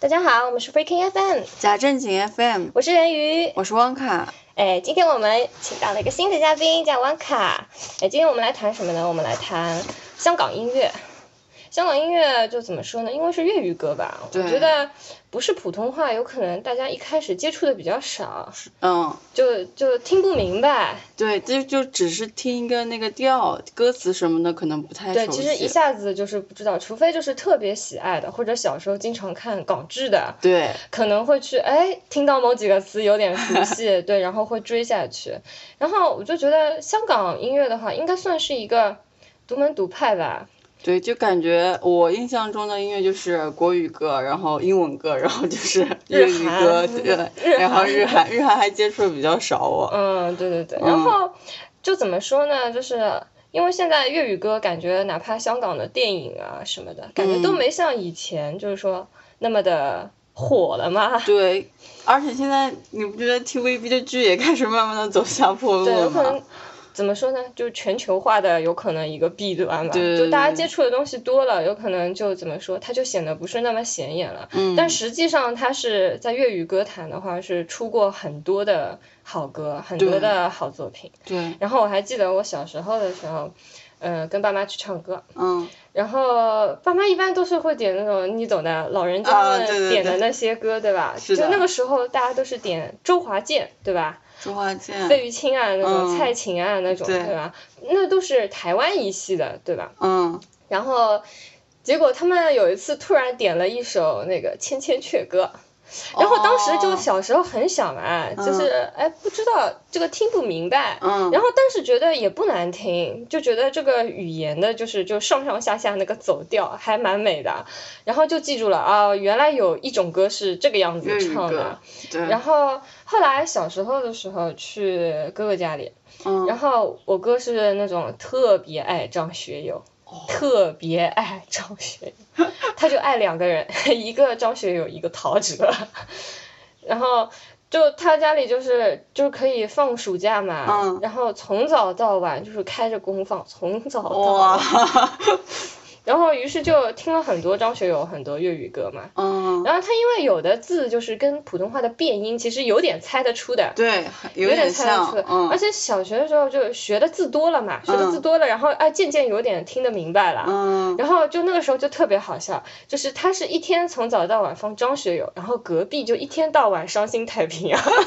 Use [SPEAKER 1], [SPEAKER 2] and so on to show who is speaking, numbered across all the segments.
[SPEAKER 1] 大家好，我们是 Freaking FM，
[SPEAKER 2] 假正经 FM，
[SPEAKER 1] 我是人鱼。
[SPEAKER 2] 我是汪卡。
[SPEAKER 1] 哎，今天我们请到了一个新的嘉宾，叫王卡。哎，今天我们来谈什么呢？我们来谈香港音乐。香港音乐就怎么说呢？因为是粤语歌吧，我
[SPEAKER 2] 对
[SPEAKER 1] 觉得不是普通话，有可能大家一开始接触的比较少，
[SPEAKER 2] 嗯，
[SPEAKER 1] 就就听不明白。
[SPEAKER 2] 对，就就只是听一个那个调、歌词什么的，可能不太
[SPEAKER 1] 对，
[SPEAKER 2] 熟
[SPEAKER 1] 其实一
[SPEAKER 2] 悉。
[SPEAKER 1] 下子就是不知道，除非就是特别喜爱的，或者小时候经常看港剧的，
[SPEAKER 2] 对，
[SPEAKER 1] 可能会去哎听到某几个词有点熟悉，对，然后会追下去。然后我就觉得香港音乐的话，应该算是一个独门独派吧。
[SPEAKER 2] 对，就感觉我印象中的音乐就是国语歌，然后英文歌，然后就是粤语歌，
[SPEAKER 1] 韩
[SPEAKER 2] 对，然后日韩，日韩还接触的比较少哦。
[SPEAKER 1] 嗯，对对对。然后就怎么说呢？就是因为现在粤语歌，感觉哪怕香港的电影啊什么的，感觉都
[SPEAKER 2] 嗯
[SPEAKER 1] 没像以前就是说那么的火了嘛。
[SPEAKER 2] 对，而且现在你不觉得 TVB 的剧也开始慢慢的走下坡路
[SPEAKER 1] 对，
[SPEAKER 2] 了
[SPEAKER 1] 有可
[SPEAKER 2] 吗
[SPEAKER 1] 能？怎么说呢？就是全球化的有可能一个弊端吧。
[SPEAKER 2] 对
[SPEAKER 1] 就大家接触的东西多了，有可能就怎么说，它就显得不是那么显眼了。
[SPEAKER 2] 嗯，
[SPEAKER 1] 但实际上，它是在粤语歌坛的话，是出过很多的好歌，很多
[SPEAKER 2] 对
[SPEAKER 1] 的好作品。
[SPEAKER 2] 对，
[SPEAKER 1] 然后我还记得我小时候的时候，呃，跟爸妈去唱歌，
[SPEAKER 2] 嗯，
[SPEAKER 1] 然后爸妈一般都是会点那种你懂的老人家
[SPEAKER 2] 啊
[SPEAKER 1] 们
[SPEAKER 2] 对对
[SPEAKER 1] 点的
[SPEAKER 2] 对
[SPEAKER 1] 那些歌，对吧？
[SPEAKER 2] 是的
[SPEAKER 1] 就那个时候大家都是点周华健，对吧？
[SPEAKER 2] 周华健，
[SPEAKER 1] 费玉清啊那种，
[SPEAKER 2] 嗯
[SPEAKER 1] 蔡琴啊那种，
[SPEAKER 2] 对
[SPEAKER 1] 对吧？那都是台湾一系的，对吧？
[SPEAKER 2] 嗯，
[SPEAKER 1] 然后结果他们有一次突然点了一首那个《千千阙歌》。然后当时就
[SPEAKER 2] 哦，
[SPEAKER 1] 小时候很小嘛，就是哎不知道这个听不明白，
[SPEAKER 2] 嗯，
[SPEAKER 1] 然后但是觉得也不难听，就觉得这个语言的就是就上上下下那个走调还蛮美的，然后就记住了啊，原来有一种歌是这个样子
[SPEAKER 2] 粤语
[SPEAKER 1] 唱的
[SPEAKER 2] 歌，对，
[SPEAKER 1] 然后后来小时候的时候去哥哥家里，
[SPEAKER 2] 嗯
[SPEAKER 1] 然后我哥是那种特别爱张学友，
[SPEAKER 2] 哦
[SPEAKER 1] 特别爱张学友，他就爱两个人， 一个张学友，一个陶喆。 然后就他家里就是就是可以放暑假嘛，
[SPEAKER 2] 嗯
[SPEAKER 1] 然后从早到晚就是开着功放，从早到晚。
[SPEAKER 2] 哇，
[SPEAKER 1] 然后于是就听了很多张学友很多粤语歌嘛。
[SPEAKER 2] 嗯，
[SPEAKER 1] 然后他因为有的字就是跟普通话的变音，其实有点猜得出的，
[SPEAKER 2] 对，有
[SPEAKER 1] 点猜得
[SPEAKER 2] 像
[SPEAKER 1] 出的，，而
[SPEAKER 2] 嗯
[SPEAKER 1] 且小学的时候就学的字多了嘛，学的字多了，然后哎，渐渐有点听得明白了。
[SPEAKER 2] 嗯，
[SPEAKER 1] 然后就那个时候就特别好笑，就是他是一天从早到晚放张学友，然后隔壁就一天到晚伤心太平洋。
[SPEAKER 2] 嗯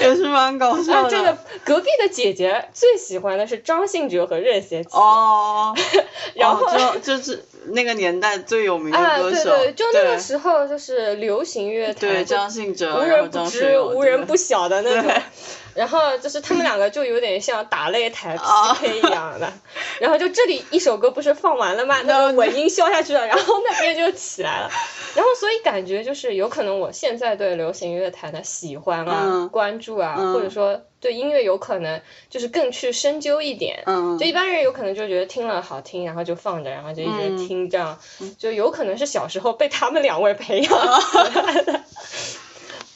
[SPEAKER 2] 也是蛮搞笑
[SPEAKER 1] 啊，
[SPEAKER 2] 的。
[SPEAKER 1] 这个隔壁的姐姐最喜欢的是张信哲和任贤齐。
[SPEAKER 2] 哦，
[SPEAKER 1] 然后
[SPEAKER 2] 哦就就是那个年代最有名
[SPEAKER 1] 啊，
[SPEAKER 2] 的歌
[SPEAKER 1] 对
[SPEAKER 2] 手，
[SPEAKER 1] 对，就那个
[SPEAKER 2] 对
[SPEAKER 1] 时候就是流行乐坛
[SPEAKER 2] 对
[SPEAKER 1] 就
[SPEAKER 2] 张信哲，
[SPEAKER 1] 无
[SPEAKER 2] 然后
[SPEAKER 1] 人不
[SPEAKER 2] 张
[SPEAKER 1] 知、
[SPEAKER 2] 学友，
[SPEAKER 1] 无
[SPEAKER 2] 对
[SPEAKER 1] 人不晓的那种
[SPEAKER 2] 对。
[SPEAKER 1] 然后就是他们两个就有点像打擂台
[SPEAKER 2] 啊
[SPEAKER 1] PK 一样 的，然后就这里一首歌不是放完了吗？那个尾音消下去了，然后那边就起来了，然后所以感觉就是有可能我现在对流行乐坛的喜欢啊、
[SPEAKER 2] 嗯
[SPEAKER 1] 关注啊，
[SPEAKER 2] 嗯
[SPEAKER 1] 或者说对音乐有可能就是更去深究一点。
[SPEAKER 2] 嗯
[SPEAKER 1] 就一般人有可能就觉得听了好听，然后就放着，然后就一直
[SPEAKER 2] 嗯哦
[SPEAKER 1] 听，这样、就有可能是小时候被他们两位培养起来的。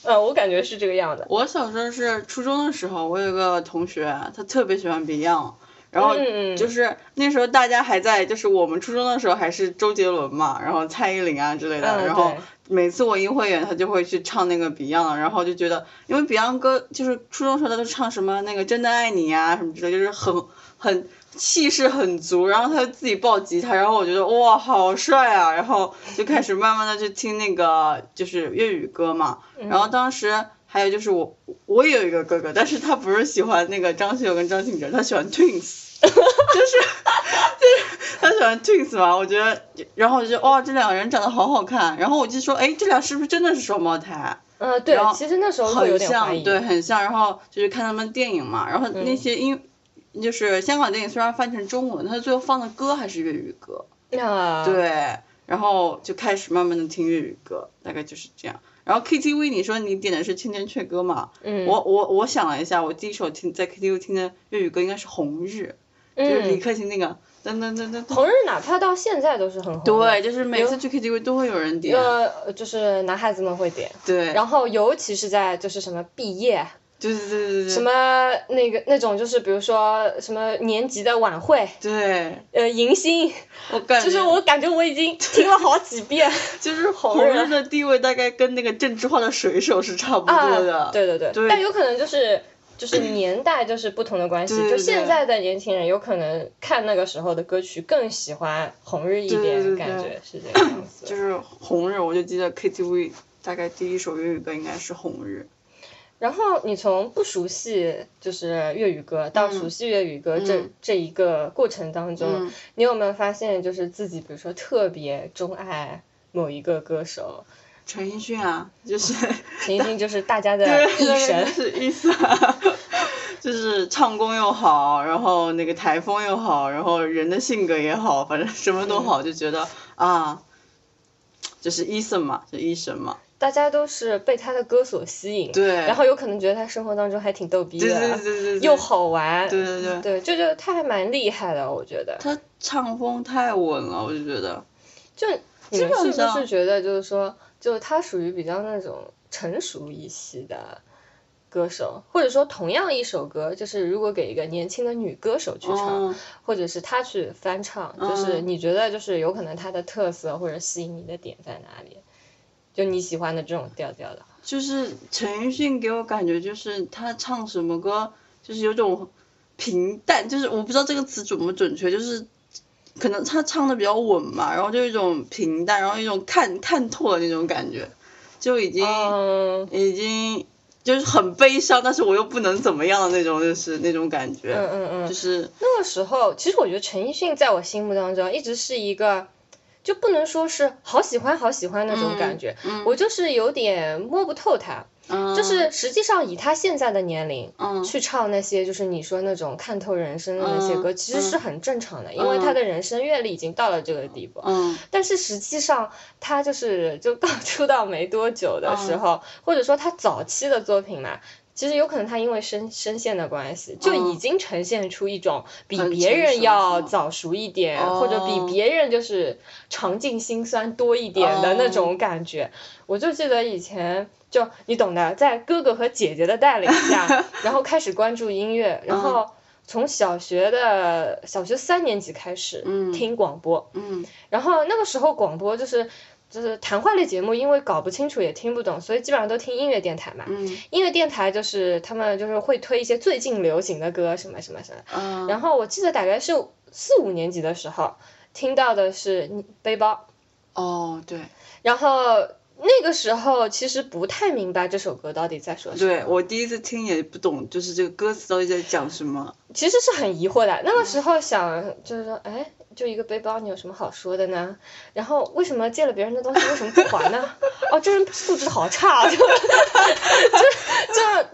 [SPEAKER 1] 呃，我感觉是这个样子。
[SPEAKER 2] 我小时候是初中的时候，我有个同学，他特别喜欢 Beyond，然后
[SPEAKER 1] 嗯嗯
[SPEAKER 2] 就是那时候大家还在，就是我们初中的时候还是周杰伦嘛，然后蔡依林啊之类的，
[SPEAKER 1] 嗯
[SPEAKER 2] 然后
[SPEAKER 1] 对
[SPEAKER 2] 每次我音会演，他就会去唱那个 Beyond，然后就觉得，因为 Beyond 歌就是初中时候他都唱什么那个真的爱你啊什么之类，就是很很。气势很足，然后他就自己抱吉他，然后我觉得哇好帅啊，然后就开始慢慢的去听那个就是粤语歌嘛，然后当时还有就是我我也有一个哥哥，但是他不是喜欢那个张学友跟张信哲，他喜欢 Twins，就是就是 他喜欢 Twins 嘛，我觉得，然后我就觉得哇这两个人长得好好看，然后我就说哎这俩是不是真的是双胞胎？
[SPEAKER 1] 呃，对
[SPEAKER 2] 然，后
[SPEAKER 1] 其实那时候会有
[SPEAKER 2] 很
[SPEAKER 1] 点怀
[SPEAKER 2] 像，
[SPEAKER 1] 疑。嗯
[SPEAKER 2] 对，很像。然后就是看他们电影嘛，然后那些英、就是香港电影虽然翻成中文，但它最后放的歌还是粤语歌。
[SPEAKER 1] 那
[SPEAKER 2] 对，然后就开始慢慢的听粤语歌，大概就是这样。然后 KTV，你说你点的是《千千阙歌》嘛？
[SPEAKER 1] 嗯
[SPEAKER 2] 我我我想了一下，我第一首听在 KTV 听的粤语歌应该是《红日》，就是李
[SPEAKER 1] 嗯，
[SPEAKER 2] 克勤那个噔噔噔噔噔。
[SPEAKER 1] 红日哪怕到现在都是很红的。
[SPEAKER 2] 对，就是每次去 KTV 都会有人点。
[SPEAKER 1] 呃，就是男孩子们会点，
[SPEAKER 2] 对，
[SPEAKER 1] 然后尤其是在就是什么毕业
[SPEAKER 2] 对对对对对，
[SPEAKER 1] 什么那个那种就是比如说什么年级的晚会，
[SPEAKER 2] 对，
[SPEAKER 1] 呃，迎新，
[SPEAKER 2] 我感觉
[SPEAKER 1] 就是我感觉我已经听了好几遍
[SPEAKER 2] 就是
[SPEAKER 1] 红
[SPEAKER 2] 红
[SPEAKER 1] 人
[SPEAKER 2] 人的地位大概跟那个郑智化的水手是差不
[SPEAKER 1] 啊
[SPEAKER 2] 多的，，
[SPEAKER 1] 对对对，
[SPEAKER 2] 对
[SPEAKER 1] 但有可能就是。就是年代就是不同的关系，
[SPEAKER 2] 对对
[SPEAKER 1] 就
[SPEAKER 2] 对
[SPEAKER 1] 现在的年轻人有可能看那个时候的歌曲更喜欢红日一点，
[SPEAKER 2] 对对对
[SPEAKER 1] 感
[SPEAKER 2] 对
[SPEAKER 1] 觉是这个样子。
[SPEAKER 2] 就是红日，我就记得 KTV 大概第一首粤语歌应该是红日，
[SPEAKER 1] 然后你从不熟悉就是粤语歌到熟悉粤语歌这、
[SPEAKER 2] 嗯
[SPEAKER 1] 这一个过程当中，
[SPEAKER 2] 嗯
[SPEAKER 1] 你有没有发现就是自己比如说特别钟爱某一个歌手，
[SPEAKER 2] 陈奕迅啊，就是
[SPEAKER 1] 陈奕迅就是大 家的
[SPEAKER 2] 对，
[SPEAKER 1] 一
[SPEAKER 2] 那个
[SPEAKER 1] 神
[SPEAKER 2] 就。是意思啊， 就是唱功又好，然后那个台风又好，然后人的性格也好，反正什么都好，就觉得啊，就是医生嘛，就医生嘛，
[SPEAKER 1] 大家都是被他的歌所吸引，
[SPEAKER 2] 对
[SPEAKER 1] 然后有可能觉得他生活当中还挺逗逼的，
[SPEAKER 2] 对对对对对，
[SPEAKER 1] 又好玩，
[SPEAKER 2] 对对对，
[SPEAKER 1] 对，这就他还蛮厉害的，我觉得。
[SPEAKER 2] 他唱风太稳了，我就觉得，
[SPEAKER 1] 就你们
[SPEAKER 2] 基
[SPEAKER 1] 是
[SPEAKER 2] 本
[SPEAKER 1] 不
[SPEAKER 2] 上
[SPEAKER 1] 是觉得就是说，就他属于比较那种成熟一些的歌手，或者说同样一首歌，就是如果给一个年轻的女歌手去唱，
[SPEAKER 2] 嗯，
[SPEAKER 1] 或者是她去翻唱，就是
[SPEAKER 2] 嗯
[SPEAKER 1] 你觉得就是有可能她的特色或者吸引你的点在哪里？就你喜欢的这种调调的，
[SPEAKER 2] 就是陈奕迅给我感觉就是他唱什么歌，就是有种平淡，就是我不知道这个词准不准确，就是可能他唱的比较稳嘛，然后就有一种平淡，然后一种看 看透的那种感觉，就已经、
[SPEAKER 1] 嗯
[SPEAKER 2] 已经就是很悲伤，但是我又不能怎么样的那种，就是那种感
[SPEAKER 1] 嗯
[SPEAKER 2] 觉，
[SPEAKER 1] 嗯嗯
[SPEAKER 2] 就，是
[SPEAKER 1] 那个时候，其实我觉得陈奕迅在我心目当中一直是一个，就不能说是好喜欢好喜欢那种感觉，
[SPEAKER 2] 嗯
[SPEAKER 1] 我就是有点摸不透他。
[SPEAKER 2] 嗯，
[SPEAKER 1] 就是实际上以他现在的年龄。
[SPEAKER 2] 嗯
[SPEAKER 1] 去唱那些就是你说那种看透人生的那些歌，
[SPEAKER 2] 嗯
[SPEAKER 1] 其实是很正常的，因为他的人生阅历已经到了这个地步。
[SPEAKER 2] 嗯
[SPEAKER 1] 但是实际上，他就是就刚 出道没多久的
[SPEAKER 2] 嗯
[SPEAKER 1] 时候，或者说他早期的作品嘛，其实有可能他因为声声线的关系，就已经呈现出一种比
[SPEAKER 2] 嗯很
[SPEAKER 1] 别
[SPEAKER 2] 成
[SPEAKER 1] 人
[SPEAKER 2] 熟
[SPEAKER 1] 要
[SPEAKER 2] 是吗
[SPEAKER 1] 早熟一点，
[SPEAKER 2] 哦
[SPEAKER 1] 或者比别人就是尝尽辛酸多一点的那
[SPEAKER 2] 哦
[SPEAKER 1] 种感觉。我就记得以前。就你懂的，在哥哥和姐姐的带领 下，然后开始关注音乐，
[SPEAKER 2] 嗯
[SPEAKER 1] 然后从小学的小学三年级开始
[SPEAKER 2] 嗯
[SPEAKER 1] 听广播，
[SPEAKER 2] 嗯
[SPEAKER 1] 然后那个时候广播就是就是谈话类节目，因为搞不清楚也听不懂，所以基本上都听音乐电台嘛。
[SPEAKER 2] 嗯
[SPEAKER 1] 音乐电台就是他们就是会推一些最近流行的歌什么什么什么。
[SPEAKER 2] 嗯，
[SPEAKER 1] 然后我记得大概是四五年级的时候听到的是你背包，
[SPEAKER 2] 哦对。
[SPEAKER 1] 然后那个时候其实不太明白这首歌到底在说什么。
[SPEAKER 2] 对我第一次听也不懂，就是这个歌词到底在讲什么。
[SPEAKER 1] 其实是很疑惑的。那个时候想就是说，哎，就一个背包，你有什么好说的呢？然后为什么借了别人的东西为什么不还呢？哦，这人素质好差、啊，就 就就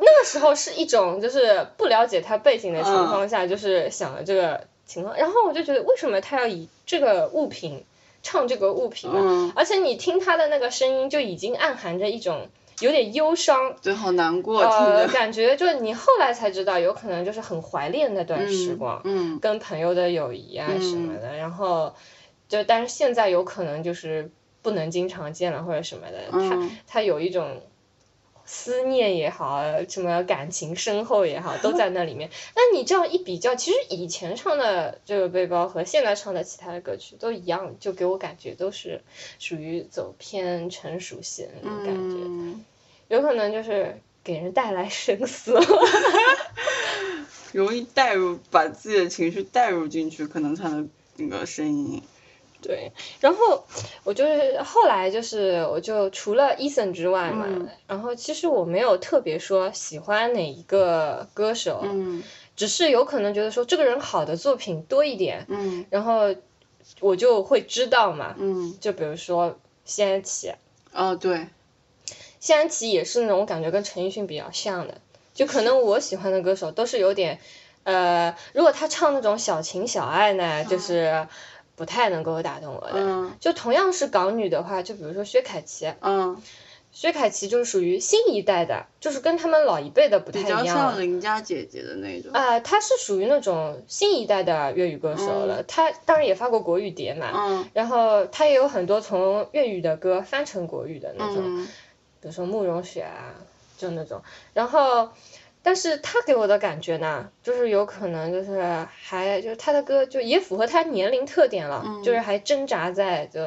[SPEAKER 1] 那个时候是一种就是不了解他背景的情况下，就是想了这个情况，然后我就觉得为什么他要以这个物品唱这个物品呢？
[SPEAKER 2] 嗯，
[SPEAKER 1] 而且你听他的那个声音，就已经暗含着一种有点忧伤，
[SPEAKER 2] 对，好难过，听
[SPEAKER 1] 呃，
[SPEAKER 2] 着。
[SPEAKER 1] 感觉就是你后来才知道，有可能就是很怀念那段时光，
[SPEAKER 2] 嗯，
[SPEAKER 1] 跟朋友的友谊啊
[SPEAKER 2] 嗯
[SPEAKER 1] 什么的。然后就，但是现在有可能就是不能经常见了或者什么的。他
[SPEAKER 2] 嗯
[SPEAKER 1] 他有一种思念也好，什么感情深厚也好，都在那里面。那你这样一比较，其实以前唱的这个背包和现在唱的其他的歌曲都一样，就给我感觉都是属于走偏成熟型的那种感觉。
[SPEAKER 2] 嗯，
[SPEAKER 1] 有可能就是给人带来生死。
[SPEAKER 2] 容易带入，把自己的情绪带入进去，可能才能那个声音。
[SPEAKER 1] 对，然后我就是后来就是我就除了 Eason 之外嘛，
[SPEAKER 2] 嗯
[SPEAKER 1] 然后其实我没有特别说喜欢哪一个歌手，
[SPEAKER 2] 嗯
[SPEAKER 1] 只是有可能觉得说这个人好的作品多一点，
[SPEAKER 2] 嗯
[SPEAKER 1] 然后我就会知道嘛。
[SPEAKER 2] 嗯，
[SPEAKER 1] 就比如说谢安琪，
[SPEAKER 2] 哦对，
[SPEAKER 1] 谢安琪也是那种感觉跟陈奕迅比较像的，就可能我喜欢的歌手都是有点，呃，如果他唱那种小情小爱呢，就是不太能够打动我的。
[SPEAKER 2] 嗯
[SPEAKER 1] 就同样是港女的话，就比如说薛凯琪，啊
[SPEAKER 2] 嗯，
[SPEAKER 1] 薛凯琪就是属于新一代的，就是跟他们老一辈的不太
[SPEAKER 2] 比
[SPEAKER 1] 一
[SPEAKER 2] 较
[SPEAKER 1] 样
[SPEAKER 2] 像
[SPEAKER 1] 了。
[SPEAKER 2] 邻家姐姐的那种。
[SPEAKER 1] 啊、她是属于那种新一代的粤语歌手了，她当然也发过国语碟嘛，
[SPEAKER 2] 嗯
[SPEAKER 1] 然后她也有很多从粤语的歌翻 成国语的那种，
[SPEAKER 2] 嗯
[SPEAKER 1] 比如说慕容雪啊，就那种，然后。但是他给我的感觉呢，就是有可能就是还就是他的歌就也符合他年龄特点了，就是还挣扎在就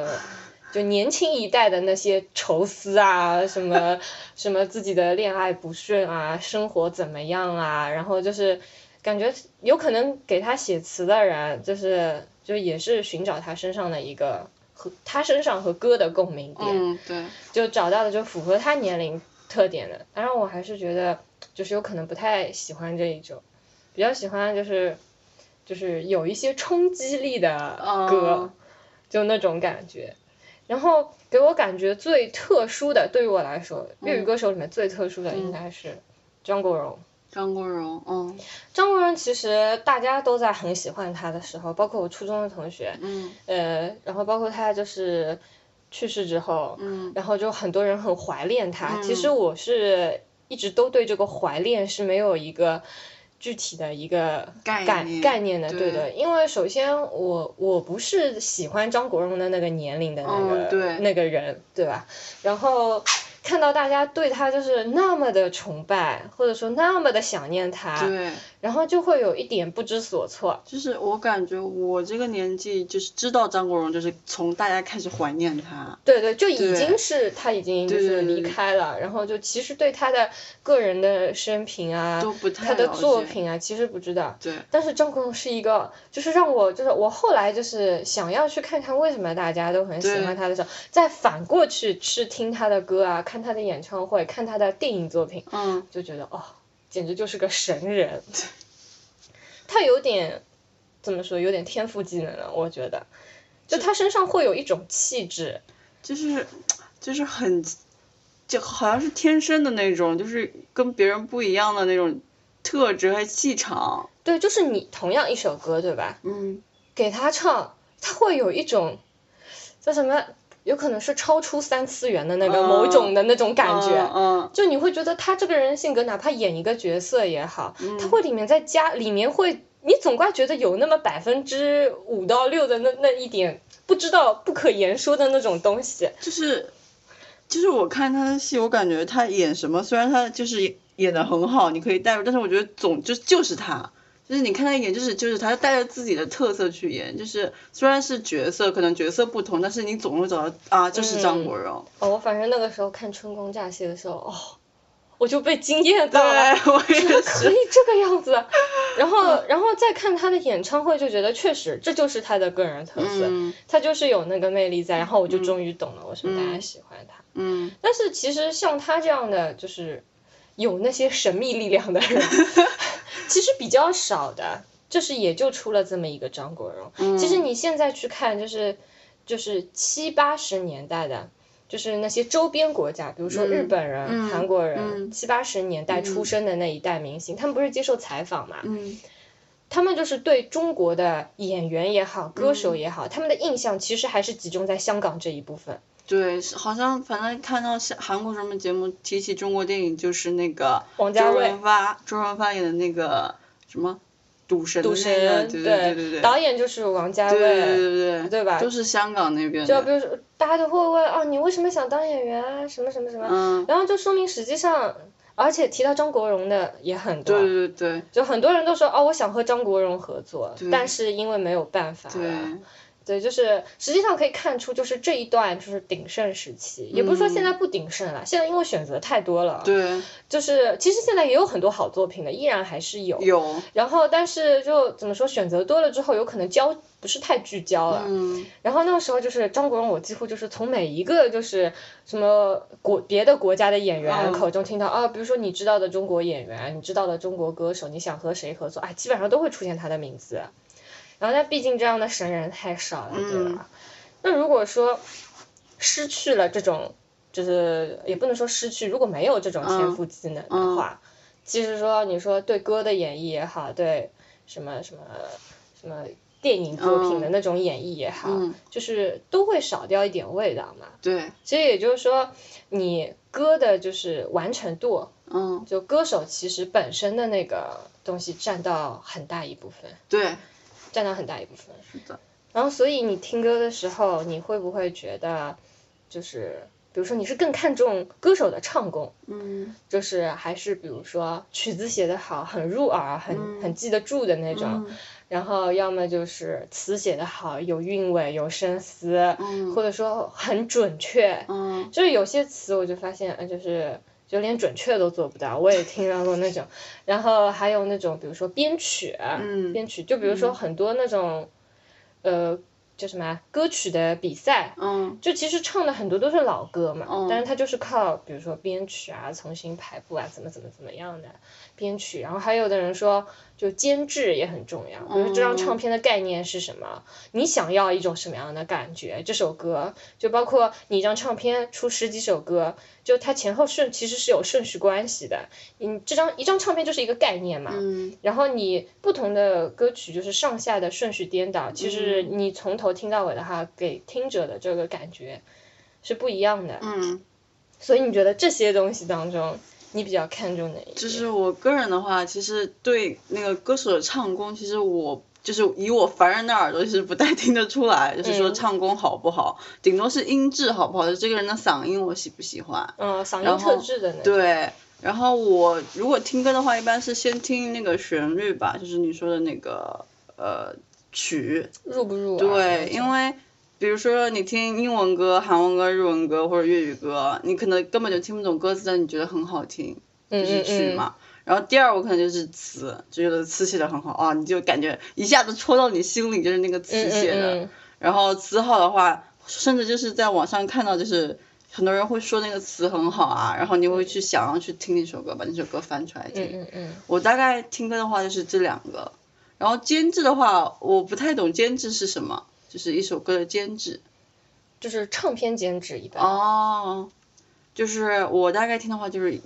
[SPEAKER 1] 就年轻一代的那些愁思啊，什么什么自己的恋爱不顺啊，生活怎么样啊，然后就是感觉有可能给他写词的人，就是就也是寻找他身上的一个和他身上和歌的共鸣点，
[SPEAKER 2] 嗯，对，
[SPEAKER 1] 就找到的就符合他年龄特点的。当然，我还是觉得就是有可能不太喜欢这一种，比较喜欢就是就是有一些冲击力的歌，
[SPEAKER 2] 嗯
[SPEAKER 1] 就那种感觉。然后给我感觉最特殊的，对于我来说，粤语歌手里面最特殊的应该是张国荣。
[SPEAKER 2] 张国荣，嗯
[SPEAKER 1] 张国荣其实大家都在很喜欢他的时候，包括我初中的同学，
[SPEAKER 2] 嗯
[SPEAKER 1] 呃，然后包括他就是去世之后，
[SPEAKER 2] 嗯
[SPEAKER 1] 然后就很多人很怀念他。
[SPEAKER 2] 嗯
[SPEAKER 1] 其实我是一直都对这个怀念是没有一个具体的一个
[SPEAKER 2] 概
[SPEAKER 1] 概
[SPEAKER 2] 念
[SPEAKER 1] 概念的，
[SPEAKER 2] 对
[SPEAKER 1] 对的。因为首先我我不是喜欢张国荣的那个年龄的那个、
[SPEAKER 2] 嗯对
[SPEAKER 1] 那个人，对吧？然后。看到大家对他就是那么的崇拜，或者说那么的想念他，
[SPEAKER 2] 对，
[SPEAKER 1] 然后就会有一点不知所措。
[SPEAKER 2] 就是我感觉我这个年纪就是知道张国荣，就是从大家开始怀念他，
[SPEAKER 1] 对对，就已
[SPEAKER 2] 对
[SPEAKER 1] 经是他已经就
[SPEAKER 2] 对
[SPEAKER 1] 是
[SPEAKER 2] 对对
[SPEAKER 1] 离开了，然后就其实对他的个人的生平啊，
[SPEAKER 2] 都不太
[SPEAKER 1] 他的
[SPEAKER 2] 了
[SPEAKER 1] 作
[SPEAKER 2] 解
[SPEAKER 1] 品啊，其实不知道。
[SPEAKER 2] 对，
[SPEAKER 1] 但是张国荣是一个，就是让我就是我后来就是想要去看看为什么大家都很喜
[SPEAKER 2] 对
[SPEAKER 1] 欢他的时候，再反过去去听他的歌啊，看他的演唱会，看他的电影作品，
[SPEAKER 2] 嗯，
[SPEAKER 1] 就觉得哦，简直就是个神人。他有点怎么说，有点天赋技能了，我觉得，就他身上会有一种气质。
[SPEAKER 2] 就是就是很，就好像是天生的那种，就是跟别人不一样的那种特质和气场。
[SPEAKER 1] 对，就是你同样一首歌，对吧？
[SPEAKER 2] 嗯，
[SPEAKER 1] 给他唱，他会有一种叫什么？有可能是超出三次元的那个
[SPEAKER 2] 嗯
[SPEAKER 1] 某种的那种感觉，
[SPEAKER 2] 嗯，
[SPEAKER 1] 就你会觉得他这个人性格，哪怕演一个角色也好，
[SPEAKER 2] 嗯
[SPEAKER 1] 他会里面再加里面会，你总归觉得有那么百分之五到六的那那一点不知道不可言说的那种东西。
[SPEAKER 2] 就是就是我看他的戏，我感觉他演什么，虽然他就是演的很好，你可以带入，但是我觉得总就就是他。就是你看他演，就是就是他带着自己的特色去演，就是虽然是角色，可能角色不同，但是你总会找到啊，就是张国荣。
[SPEAKER 1] 哦，我反正那个时候看《春宫乍泄》的时候，哦，我就被惊艳
[SPEAKER 2] 对
[SPEAKER 1] 到了。，
[SPEAKER 2] 我 也
[SPEAKER 1] 可
[SPEAKER 2] 是。
[SPEAKER 1] 以这个样子，然
[SPEAKER 2] 嗯
[SPEAKER 1] 后然后再看他的演唱会，就觉得确实这就是他的个人特色，
[SPEAKER 2] 嗯
[SPEAKER 1] 他就是有那个魅力在。然后我就终于懂了为什么大家喜欢他。
[SPEAKER 2] 嗯，
[SPEAKER 1] 但是其实像他这样的，就是有那些神秘力量的人，其实比较少的，就是也就出了这么一个张国荣。
[SPEAKER 2] 嗯
[SPEAKER 1] 其实你现在去看，就是就是七八十年代的。就是那些周边国家，比如说日本人、
[SPEAKER 2] 嗯
[SPEAKER 1] 韩国人、
[SPEAKER 2] 嗯
[SPEAKER 1] 七八十年代出生的那一代明星，他们不是接受采访嘛？
[SPEAKER 2] 嗯
[SPEAKER 1] 他们就是对中国的演员也好、歌手
[SPEAKER 2] 嗯
[SPEAKER 1] 也好，他们的印象其实还是集中在香港这一部分。
[SPEAKER 2] 对，是好像反正看到是韩国什么节目提起中国电影，就是那个
[SPEAKER 1] 王家
[SPEAKER 2] 周
[SPEAKER 1] 卫、
[SPEAKER 2] 润发，周润发演的那个什么赌神的
[SPEAKER 1] 赌
[SPEAKER 2] 那
[SPEAKER 1] 神
[SPEAKER 2] 个，，对对对对，
[SPEAKER 1] 导演就是王家
[SPEAKER 2] 对对
[SPEAKER 1] 卫，
[SPEAKER 2] 对对
[SPEAKER 1] 对吧
[SPEAKER 2] 都是香港那边
[SPEAKER 1] 就比
[SPEAKER 2] 的，
[SPEAKER 1] 如说大家都会问啊，你为什么想当演员啊，什么什么什么，
[SPEAKER 2] 嗯，
[SPEAKER 1] 然后就说明实际上，而且提到张国荣的也很多，
[SPEAKER 2] 对对对
[SPEAKER 1] 就很多人都说哦，我想和张国荣合作，
[SPEAKER 2] 对
[SPEAKER 1] 但是因为没有办法
[SPEAKER 2] 对
[SPEAKER 1] 了。对，就是实际上可以看出，就是这一段就是鼎盛时期，也不是说现在
[SPEAKER 2] 嗯
[SPEAKER 1] 不鼎盛了，现在因为选择太多了，
[SPEAKER 2] 对
[SPEAKER 1] 就是其实现在也有很多好作品的，依然还是有
[SPEAKER 2] 对，有，
[SPEAKER 1] 然后，但是就怎么说，选择多了之后，有可能焦不是太聚焦了。
[SPEAKER 2] 嗯
[SPEAKER 1] 然后那个时候就是张国荣，我几乎就是从每一个就是什么国别的国家的演员
[SPEAKER 2] 嗯
[SPEAKER 1] 口中听到、啊，比如说你知道的中国演员，你知道的中国歌手，你想和谁合作，哎，基本上都会出现他的名字。然后，但毕竟这样的神人太少了，对吧？那如果说失去了这种，就是也不能说失去，如果没有这种天赋技能的话，其实说你说对歌的演绎也好，对什么什么什么电影作品的那种演绎也好，
[SPEAKER 2] 嗯，
[SPEAKER 1] 就是都会少掉一点味道嘛。
[SPEAKER 2] 对，
[SPEAKER 1] 其实也就是说，你歌的就是完成度，
[SPEAKER 2] 嗯
[SPEAKER 1] 就歌手其实本身的那个东西占到很大一部分，
[SPEAKER 2] 对，
[SPEAKER 1] 占到很大一部分。
[SPEAKER 2] 是的，
[SPEAKER 1] 然后，所以你听歌的时候，你会不会觉得，就是比如说你是更看重歌手的唱功，
[SPEAKER 2] 嗯
[SPEAKER 1] 就是还是比如说曲子写得好，很入耳，很很记得住的那种。
[SPEAKER 2] 嗯
[SPEAKER 1] 然后要么就是词写得好，有韵味，有深思，
[SPEAKER 2] 嗯
[SPEAKER 1] 或者说很准确。
[SPEAKER 2] 嗯
[SPEAKER 1] 就是有些词我就发现，呃，就是就连准确都做不到。我也听到过那种，然后还有那种，比如说编曲，啊
[SPEAKER 2] 嗯
[SPEAKER 1] 编曲，就比如说很多那种，呃，叫什么啊歌曲的比赛，
[SPEAKER 2] 嗯
[SPEAKER 1] 就其实唱的很多都是老歌嘛，
[SPEAKER 2] 嗯
[SPEAKER 1] 但是他就是靠比如说编曲啊、重新排布啊、怎么怎么怎么样的编曲，然后还有的人说就监制也很重要，比如说这张唱片的概念是什么，你想要一种什么样的感觉，这首歌就包括你一张唱片出十几首歌，就它前后顺其实是有顺序关系的，你这张一张唱片就是一个概念嘛，
[SPEAKER 2] 嗯
[SPEAKER 1] 然后你不同的歌曲就是上下的顺序颠倒，其实你从头听到尾的话，给听者的这个感觉是不一样的。
[SPEAKER 2] 嗯，
[SPEAKER 1] 所以你觉得这些东西当中，你比较看重哪一
[SPEAKER 2] 就
[SPEAKER 1] 些
[SPEAKER 2] 是我个人的话，其实对那个歌手的唱功，其实我就是以我凡人的耳朵是不太听得出来，就是说
[SPEAKER 1] 嗯
[SPEAKER 2] 唱功好不好，顶多是音质好不好，就是这个人的嗓音我喜不喜欢。
[SPEAKER 1] 嗯，嗓
[SPEAKER 2] 然
[SPEAKER 1] 音
[SPEAKER 2] 后
[SPEAKER 1] 特质的那种。
[SPEAKER 2] 对，然后我如果听歌的话，一般是先听那个旋律吧，就是你说的那个呃曲。
[SPEAKER 1] 入不入、啊？
[SPEAKER 2] 对，因为比如说你听英文歌、韩文歌、日文歌或者粤语歌，你可能根本就听不懂歌词，但你觉得很好听，就
[SPEAKER 1] 嗯
[SPEAKER 2] 是曲
[SPEAKER 1] 嗯嗯，
[SPEAKER 2] 嘛。然后第二，我可能就是词，就觉得词写的很好啊，你就感觉一下子戳到你心里，就是那个词
[SPEAKER 1] 嗯
[SPEAKER 2] 写的。
[SPEAKER 1] 嗯嗯
[SPEAKER 2] 然后词好的话，甚至就是在网上看到，就是很多人会说那个词很好啊，然后你会去想要去听那首歌，把那首歌翻出来听。
[SPEAKER 1] 嗯嗯嗯
[SPEAKER 2] 我大概听歌的话就是这两个，然后监制的话我不太懂监制是什么，就是一首歌的监制。
[SPEAKER 1] 就是唱片兼职一般。
[SPEAKER 2] 哦，就是我大概听的话就是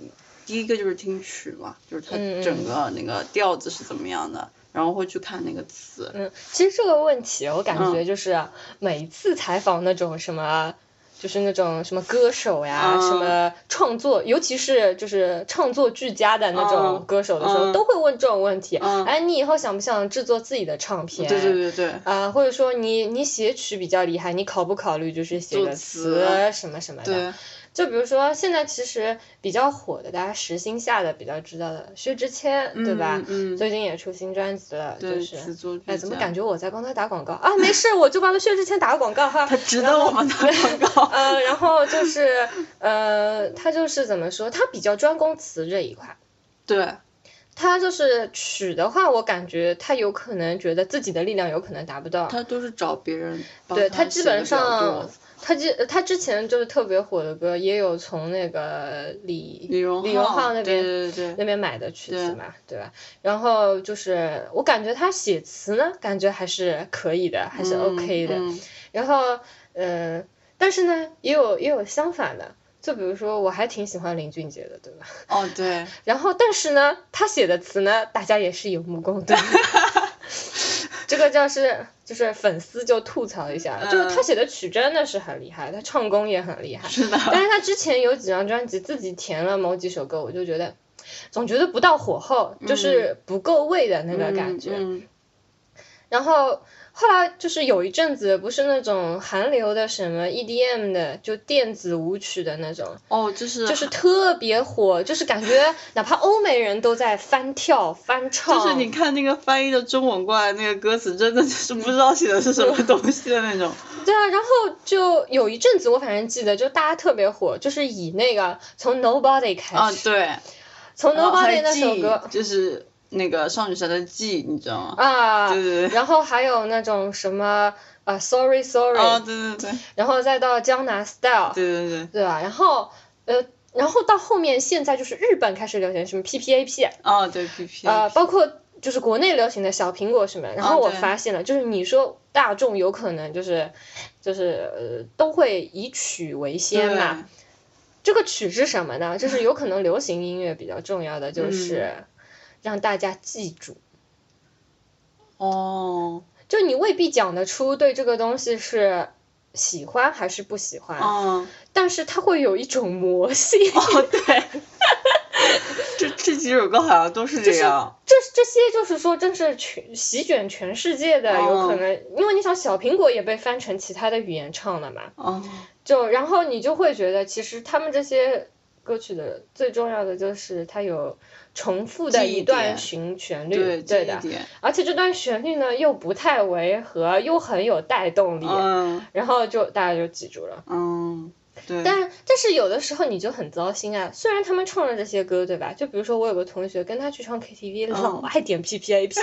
[SPEAKER 2] 第一个就是听曲嘛，就是它
[SPEAKER 1] 嗯嗯
[SPEAKER 2] 整个那个调子是怎么样的，然后会去看那个词。
[SPEAKER 1] 嗯，其实这个问题，我感觉
[SPEAKER 2] 嗯
[SPEAKER 1] 就是每一次采访那种什么，就是那种什么歌手呀，
[SPEAKER 2] 嗯
[SPEAKER 1] 什么创作，尤其是就是创作俱佳的那种
[SPEAKER 2] 嗯
[SPEAKER 1] 歌手的时候，
[SPEAKER 2] 嗯
[SPEAKER 1] 都会问这种问题。
[SPEAKER 2] 嗯
[SPEAKER 1] 哎，你以后想不想制作自己的唱片？
[SPEAKER 2] 对对对对，
[SPEAKER 1] 啊、或者说你你写曲比较厉害，你考不考虑就是写
[SPEAKER 2] 作
[SPEAKER 1] 个
[SPEAKER 2] 词
[SPEAKER 1] 词
[SPEAKER 2] 啊
[SPEAKER 1] 什么什么的？
[SPEAKER 2] 对，
[SPEAKER 1] 就比如说现在其实比较火的，大家时兴下的比较知道的薛之谦，对吧？
[SPEAKER 2] 嗯，嗯
[SPEAKER 1] 最近也出新专辑了，就
[SPEAKER 2] 对，
[SPEAKER 1] 是
[SPEAKER 2] 词作
[SPEAKER 1] 哎，
[SPEAKER 2] 俱
[SPEAKER 1] 怎么
[SPEAKER 2] 佳
[SPEAKER 1] 感觉我在帮他打广告啊？没事，我就帮薛之谦打个广告哈
[SPEAKER 2] 他。值得我们打广 告？
[SPEAKER 1] 呃，然后就是呃，他就是怎么说？他比较专攻词这一块。
[SPEAKER 2] 对，
[SPEAKER 1] 他就是曲的话，我感觉他有可能觉得自己的力量有可能达不到。
[SPEAKER 2] 他都是找别人帮
[SPEAKER 1] 对
[SPEAKER 2] 他
[SPEAKER 1] 他基
[SPEAKER 2] 写的
[SPEAKER 1] 本
[SPEAKER 2] 比较
[SPEAKER 1] 上
[SPEAKER 2] 多，
[SPEAKER 1] 他之他之前就是特别火的歌，也有从那个李
[SPEAKER 2] 李荣
[SPEAKER 1] 李荣浩那边
[SPEAKER 2] 对对对
[SPEAKER 1] 那边买的曲子
[SPEAKER 2] 对
[SPEAKER 1] 嘛，对吧？然后就是我感觉他写词呢，感觉还是可以的，还
[SPEAKER 2] 还
[SPEAKER 1] 是 OK 的。
[SPEAKER 2] 嗯
[SPEAKER 1] 然后，嗯，但是呢，也有也有相反的，就比如说，我还挺喜欢林俊杰的，对吧？
[SPEAKER 2] 哦对，
[SPEAKER 1] 然后，但是呢，他写的词呢，大家也是有目共 睹。这个就是就是粉丝就吐槽一下，就是他写的曲真的是很厉害，他唱功也很厉害，
[SPEAKER 2] 嗯是的，
[SPEAKER 1] 但是他之前有几张专辑自己填了某几首歌，我就觉得总觉得不到火候，就是不够味的那个感觉。
[SPEAKER 2] 嗯
[SPEAKER 1] 然后后来就是有一阵子，不是那种韩流的什么 EDM 的，就电子舞曲的那种，
[SPEAKER 2] 哦，就是
[SPEAKER 1] 就是特别火，就是感觉哪怕欧美人都在翻跳翻唱。
[SPEAKER 2] 就是你看那个翻译的中文过来，那个歌词真的就是不知道写的 是什么东西的那种。
[SPEAKER 1] 对啊，然后就有一阵子，我反正记得，就大家特别火，就是以那个从 Nobody 开
[SPEAKER 2] 啊，
[SPEAKER 1] 始，
[SPEAKER 2] 对，
[SPEAKER 1] 从
[SPEAKER 2] 然后哦还
[SPEAKER 1] Nobody
[SPEAKER 2] 有
[SPEAKER 1] 那首
[SPEAKER 2] G，
[SPEAKER 1] 歌
[SPEAKER 2] 就是那个少女时代的 G，你知道吗？
[SPEAKER 1] 啊，
[SPEAKER 2] 对对对。
[SPEAKER 1] 然后还有那种什么啊，Sorry Sorry，、
[SPEAKER 2] 哦，对对对
[SPEAKER 1] 然后再到江南 Style，
[SPEAKER 2] 对对对，
[SPEAKER 1] 对啊吧？然后呃，然后到后面现在就是日本开始流行什么 PPAP，
[SPEAKER 2] 哦对 P P，
[SPEAKER 1] 呃，包括就是国内流行的小苹果什么。然后我
[SPEAKER 2] 对
[SPEAKER 1] 发现了，就是你说大众有可能就是就是呃都会以曲为先嘛。这个曲是什么呢？就是有可能流行音乐比较重要的就是让大家记住。
[SPEAKER 2] 哦，
[SPEAKER 1] 就你未必讲得出对这个东西是喜欢还是不喜欢，
[SPEAKER 2] 嗯，
[SPEAKER 1] 但是它会有一种魔性。
[SPEAKER 2] 哦对，这这几首歌好像都是这样。
[SPEAKER 1] 这这些就是说，真是全席卷全世界的，有可能，因为你想，小苹果也被翻成其他的语言唱了嘛，
[SPEAKER 2] 哦，
[SPEAKER 1] 就然后你就会觉得，其实他们这些歌曲的最重要的就是它有重复的
[SPEAKER 2] 记忆
[SPEAKER 1] 一段
[SPEAKER 2] 点
[SPEAKER 1] 旋旋律，
[SPEAKER 2] 对，这
[SPEAKER 1] 对
[SPEAKER 2] 一
[SPEAKER 1] 的，
[SPEAKER 2] 点，
[SPEAKER 1] 而且这段旋律呢又不太违和，又很有带动力，
[SPEAKER 2] 嗯
[SPEAKER 1] 然后就大家就记住了。
[SPEAKER 2] 嗯，对，
[SPEAKER 1] 但但是有的时候你就很糟心啊，虽然他们唱了这些歌，对吧？就比如说我有个同学跟他去唱 KTV，老
[SPEAKER 2] 哦
[SPEAKER 1] 爱点 P P A P，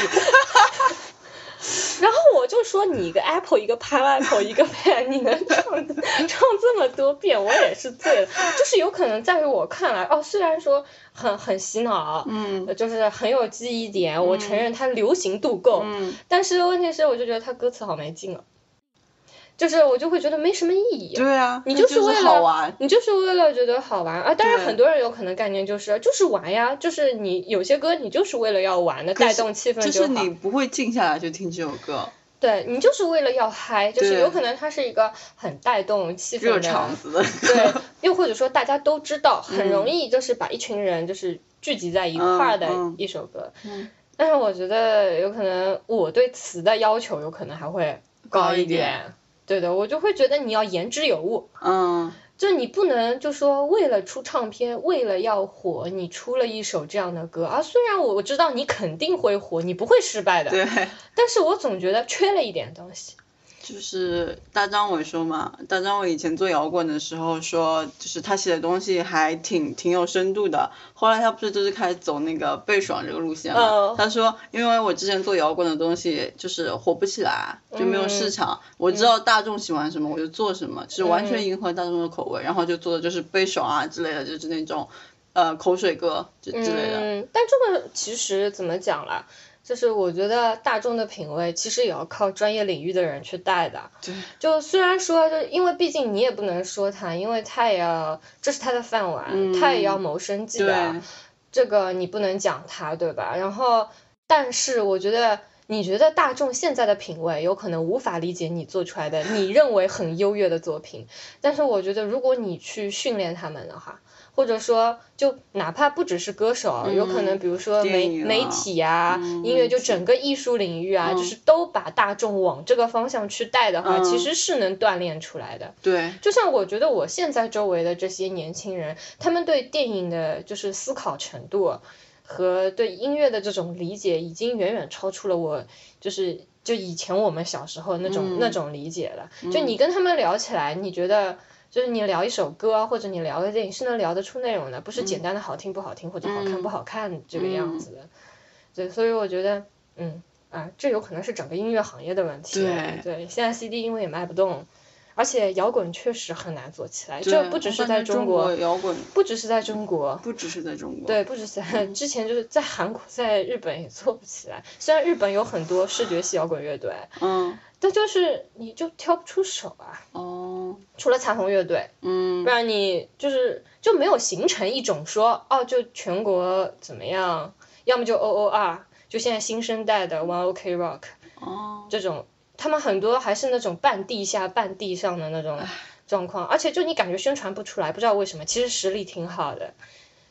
[SPEAKER 1] 然后我就说你一个 Apple 一个 Pineapple 一个 Pan，你能唱唱这么多遍，我也是醉了。就是有可能在于我看来，哦，虽然说很很洗脑，
[SPEAKER 2] 嗯
[SPEAKER 1] 呃就是很有记忆点，我承认它流行度够，
[SPEAKER 2] 嗯，
[SPEAKER 1] 但是问题是我就觉得它歌词好没劲啊，就是我就会觉得没什么意义。
[SPEAKER 2] 对啊，
[SPEAKER 1] 你
[SPEAKER 2] 那
[SPEAKER 1] 就
[SPEAKER 2] 就是
[SPEAKER 1] 为
[SPEAKER 2] 好
[SPEAKER 1] 了
[SPEAKER 2] 玩，
[SPEAKER 1] 你就是为了觉得好玩啊！当然，
[SPEAKER 2] 对
[SPEAKER 1] 很多人有可能概念就是就是玩呀，就是你有些歌你就是为了要玩的，
[SPEAKER 2] 可
[SPEAKER 1] 带
[SPEAKER 2] 是
[SPEAKER 1] 动气氛
[SPEAKER 2] 就
[SPEAKER 1] 好。
[SPEAKER 2] 是你不会静下来去听这首歌，
[SPEAKER 1] 对你就是为了要嗨，就是
[SPEAKER 2] 对
[SPEAKER 1] 有可能它是一个很带动气氛
[SPEAKER 2] 热
[SPEAKER 1] 的，
[SPEAKER 2] 场子的
[SPEAKER 1] 对，又或者说大家都知道，很容
[SPEAKER 2] 嗯
[SPEAKER 1] 易就是把一群人就是聚集在一块儿的
[SPEAKER 2] 嗯嗯
[SPEAKER 1] 一首歌。
[SPEAKER 2] 嗯
[SPEAKER 1] 但是我觉得有可能我对词的要求有可能还会
[SPEAKER 2] 高
[SPEAKER 1] 一
[SPEAKER 2] 一点，
[SPEAKER 1] 对的，我就会觉得你要言之有物。
[SPEAKER 2] 嗯，
[SPEAKER 1] 就你不能就说为了出唱片，为了要火，你出了一首这样的歌啊。虽然我我知道你肯定会火，你不会失败的，
[SPEAKER 2] 对，
[SPEAKER 1] 但是我总觉得缺了一点东西。
[SPEAKER 2] 就是大张伟说嘛，大张伟以前做摇滚的时候说，就是他写的东西还挺挺有深度的。后来他不是就是开始走那个贝爽这个路线嘛？
[SPEAKER 1] 嗯
[SPEAKER 2] 他说，因为我之前做摇滚的东西就是火不起来，就没有
[SPEAKER 1] 嗯
[SPEAKER 2] 市场。我知道大众喜欢什么，我就做什么，就是完
[SPEAKER 1] 嗯
[SPEAKER 2] 全迎合大众的口味。然后就做的就是贝爽啊之类的，就是那种呃口水歌之之类的。
[SPEAKER 1] 嗯，但这个其实怎么讲啦？就是我觉得大众的品味其实也要靠专业领域的人去带的。
[SPEAKER 2] 对，
[SPEAKER 1] 就虽然说，就因为毕竟你也不能说他，因为他也要这是他的饭碗，
[SPEAKER 2] 嗯
[SPEAKER 1] 他也要谋生计啊的。
[SPEAKER 2] 对，
[SPEAKER 1] 这个你不能讲他，对吧？然后，但是我觉得，你觉得大众现在的品味有可能无法理解你做出来的你认为很优越的作品，但是我觉得，如果你去训练他们的话，或者说，就哪怕不只是歌手，啊有可能比如说
[SPEAKER 2] 电
[SPEAKER 1] 媒
[SPEAKER 2] 影啊
[SPEAKER 1] 媒体啊、
[SPEAKER 2] 嗯
[SPEAKER 1] 音乐，就整个艺术领域啊，
[SPEAKER 2] 嗯
[SPEAKER 1] 就是都把大众往这个方向去带的话，
[SPEAKER 2] 嗯
[SPEAKER 1] 其实是能锻炼出来的。
[SPEAKER 2] 对，
[SPEAKER 1] 就像我觉得我现在周围的这些年轻人，他们对电影的就是思考程度和对音乐的这种理解，已经远远超出了我就是就以前我们小时候那种、
[SPEAKER 2] 嗯
[SPEAKER 1] 那种理解了。就你跟他们聊起来，你觉得？就是你聊一首歌或者你聊个电影是能聊得出内容的，不是
[SPEAKER 2] 嗯
[SPEAKER 1] 简单的好听不好听、或者好看不好看这个样子的。对，所以我觉得，嗯啊，这有可能是整个音乐行业的问题。啊
[SPEAKER 2] 对
[SPEAKER 1] 现在 CD 因为也卖不动，而且摇滚确实很难做起来，
[SPEAKER 2] 对
[SPEAKER 1] 这不只是
[SPEAKER 2] 我感
[SPEAKER 1] 在
[SPEAKER 2] 觉中
[SPEAKER 1] 国，
[SPEAKER 2] 摇滚
[SPEAKER 1] 不只是在中国，
[SPEAKER 2] 不只是在中国。
[SPEAKER 1] 对，不只是在 之前就是在韩国、在日本也做不起来。虽然日本有很多视觉系摇滚乐队，
[SPEAKER 2] 嗯。
[SPEAKER 1] 但就是你就挑不出手啊，
[SPEAKER 2] 哦，
[SPEAKER 1] 除了彩虹乐队，
[SPEAKER 2] 嗯
[SPEAKER 1] 不，然你就是就没有形成一种说哦，就全国怎么样，要么就 O O R，就现在新生代的 One OK Rock
[SPEAKER 2] 哦，
[SPEAKER 1] 这种，他们很多还是那种半地下半地上的那种状况，而且就你感觉宣传不出来，不知道为什么，其实实力挺好的，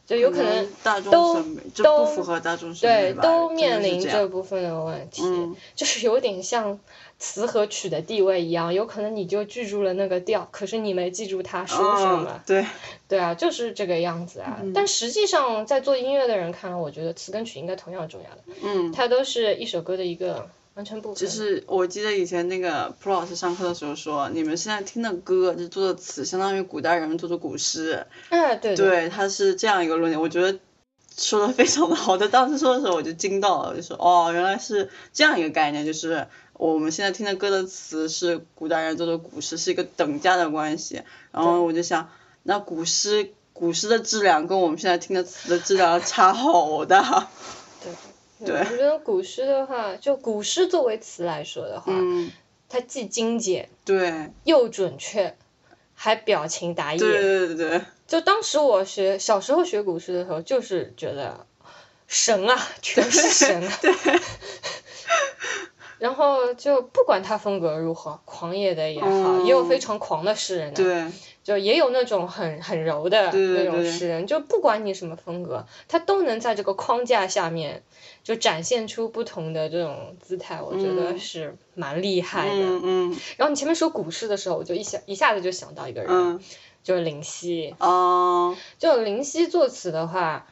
[SPEAKER 1] 就有可能
[SPEAKER 2] 大
[SPEAKER 1] 都
[SPEAKER 2] 众审美，这
[SPEAKER 1] 都
[SPEAKER 2] 不符合大众审
[SPEAKER 1] 对
[SPEAKER 2] 美吧
[SPEAKER 1] 都
[SPEAKER 2] 真的
[SPEAKER 1] 面
[SPEAKER 2] 是
[SPEAKER 1] 临
[SPEAKER 2] 这样
[SPEAKER 1] 这部分的问题，
[SPEAKER 2] 嗯
[SPEAKER 1] 就是有点像。词和曲的地位一样，有可能你就记住了那个调，可是你没记住他说什么。
[SPEAKER 2] 嗯对，
[SPEAKER 1] 对啊，就是这个样子
[SPEAKER 2] 嗯
[SPEAKER 1] 啊。但实际上，在做音乐的人看来，我觉得词跟曲应该同样重要的，
[SPEAKER 2] 嗯，
[SPEAKER 1] 它都是一首歌的一个完成部分。
[SPEAKER 2] 就是我记得以前那个 Pro 老师上课的时候说，你们现在听的歌就做的词，相当于古代人做的古诗，
[SPEAKER 1] 哎，对的，
[SPEAKER 2] 对，他是这样一个论点，我觉得。说的非常的好，他当时说的时候我就惊到了，就说哦，原来是这样一个概念，就是我们现在听的歌的词是古代人做的古诗，是一个等价的关系。然后我就想，那古诗古诗的质量跟我们现在听的词的质量差好大。
[SPEAKER 1] 我觉得古诗的话，就古诗作为词来说的话，
[SPEAKER 2] 嗯，
[SPEAKER 1] 它既精简
[SPEAKER 2] 对
[SPEAKER 1] 又准确，还表情达意。
[SPEAKER 2] 对对对对，
[SPEAKER 1] 就当时我学小时候学古诗的时候，就是觉得神 啊，全是神啊。对。 然后就不管他风格如何，狂野的也好，
[SPEAKER 2] 嗯
[SPEAKER 1] 也有非常狂的诗人、啊。
[SPEAKER 2] 对
[SPEAKER 1] 就也有那种很很柔的
[SPEAKER 2] 对对
[SPEAKER 1] 那种
[SPEAKER 2] 对
[SPEAKER 1] 诗人，就不管你什么风格，他都能在这个框架下面就展现出不同的这种姿态，我觉得
[SPEAKER 2] 嗯
[SPEAKER 1] 是蛮厉害的。
[SPEAKER 2] 嗯嗯
[SPEAKER 1] 然后你前面说股市的时候，我就一下一下子就想到一个人，
[SPEAKER 2] 嗯
[SPEAKER 1] 就是林夕。
[SPEAKER 2] 哦，
[SPEAKER 1] 就林夕作词的话，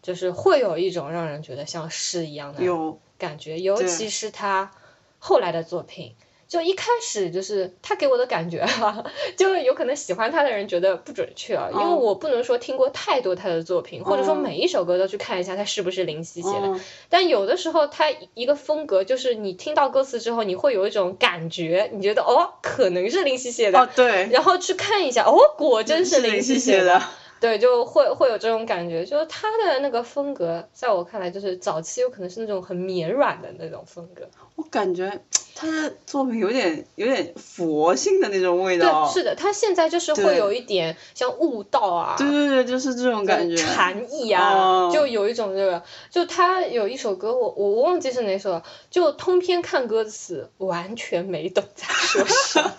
[SPEAKER 1] 就是会有一种让人觉得像诗一样的
[SPEAKER 2] 有
[SPEAKER 1] 感觉，尤其是他后来的作品。就一开始就是他给我的感觉啊， 就是有可能喜欢他的人觉得不准确啊，因为
[SPEAKER 2] 嗯
[SPEAKER 1] 我不能说听过太多他的作品，或者说
[SPEAKER 2] 嗯
[SPEAKER 1] 每一首歌都去看一下他是不是林夕写的。
[SPEAKER 2] 嗯
[SPEAKER 1] 但有的时候他一个风格就是你听到歌词之后，你会有一种感觉，你觉得哦可能是林夕写的，
[SPEAKER 2] 哦对，
[SPEAKER 1] 然后去看一下，哦果真是林夕
[SPEAKER 2] 夕
[SPEAKER 1] 写
[SPEAKER 2] 写
[SPEAKER 1] 的。
[SPEAKER 2] 的，
[SPEAKER 1] 对，就会会有这种感觉，就是他的那个风格，在我看来，就是早期有可能是那种很绵软的那种风格。
[SPEAKER 2] 我感觉他的作品有点有点佛性的那种味道，
[SPEAKER 1] 对，是的，他现在就是会
[SPEAKER 2] 对
[SPEAKER 1] 有一点像悟道啊，
[SPEAKER 2] 对对对，就是这种感觉，
[SPEAKER 1] 禅意啊，
[SPEAKER 2] 哦
[SPEAKER 1] 就有一种这个，就他有一首歌，我我我忘记是哪首了，就通篇看歌词，完全没懂在说什 么，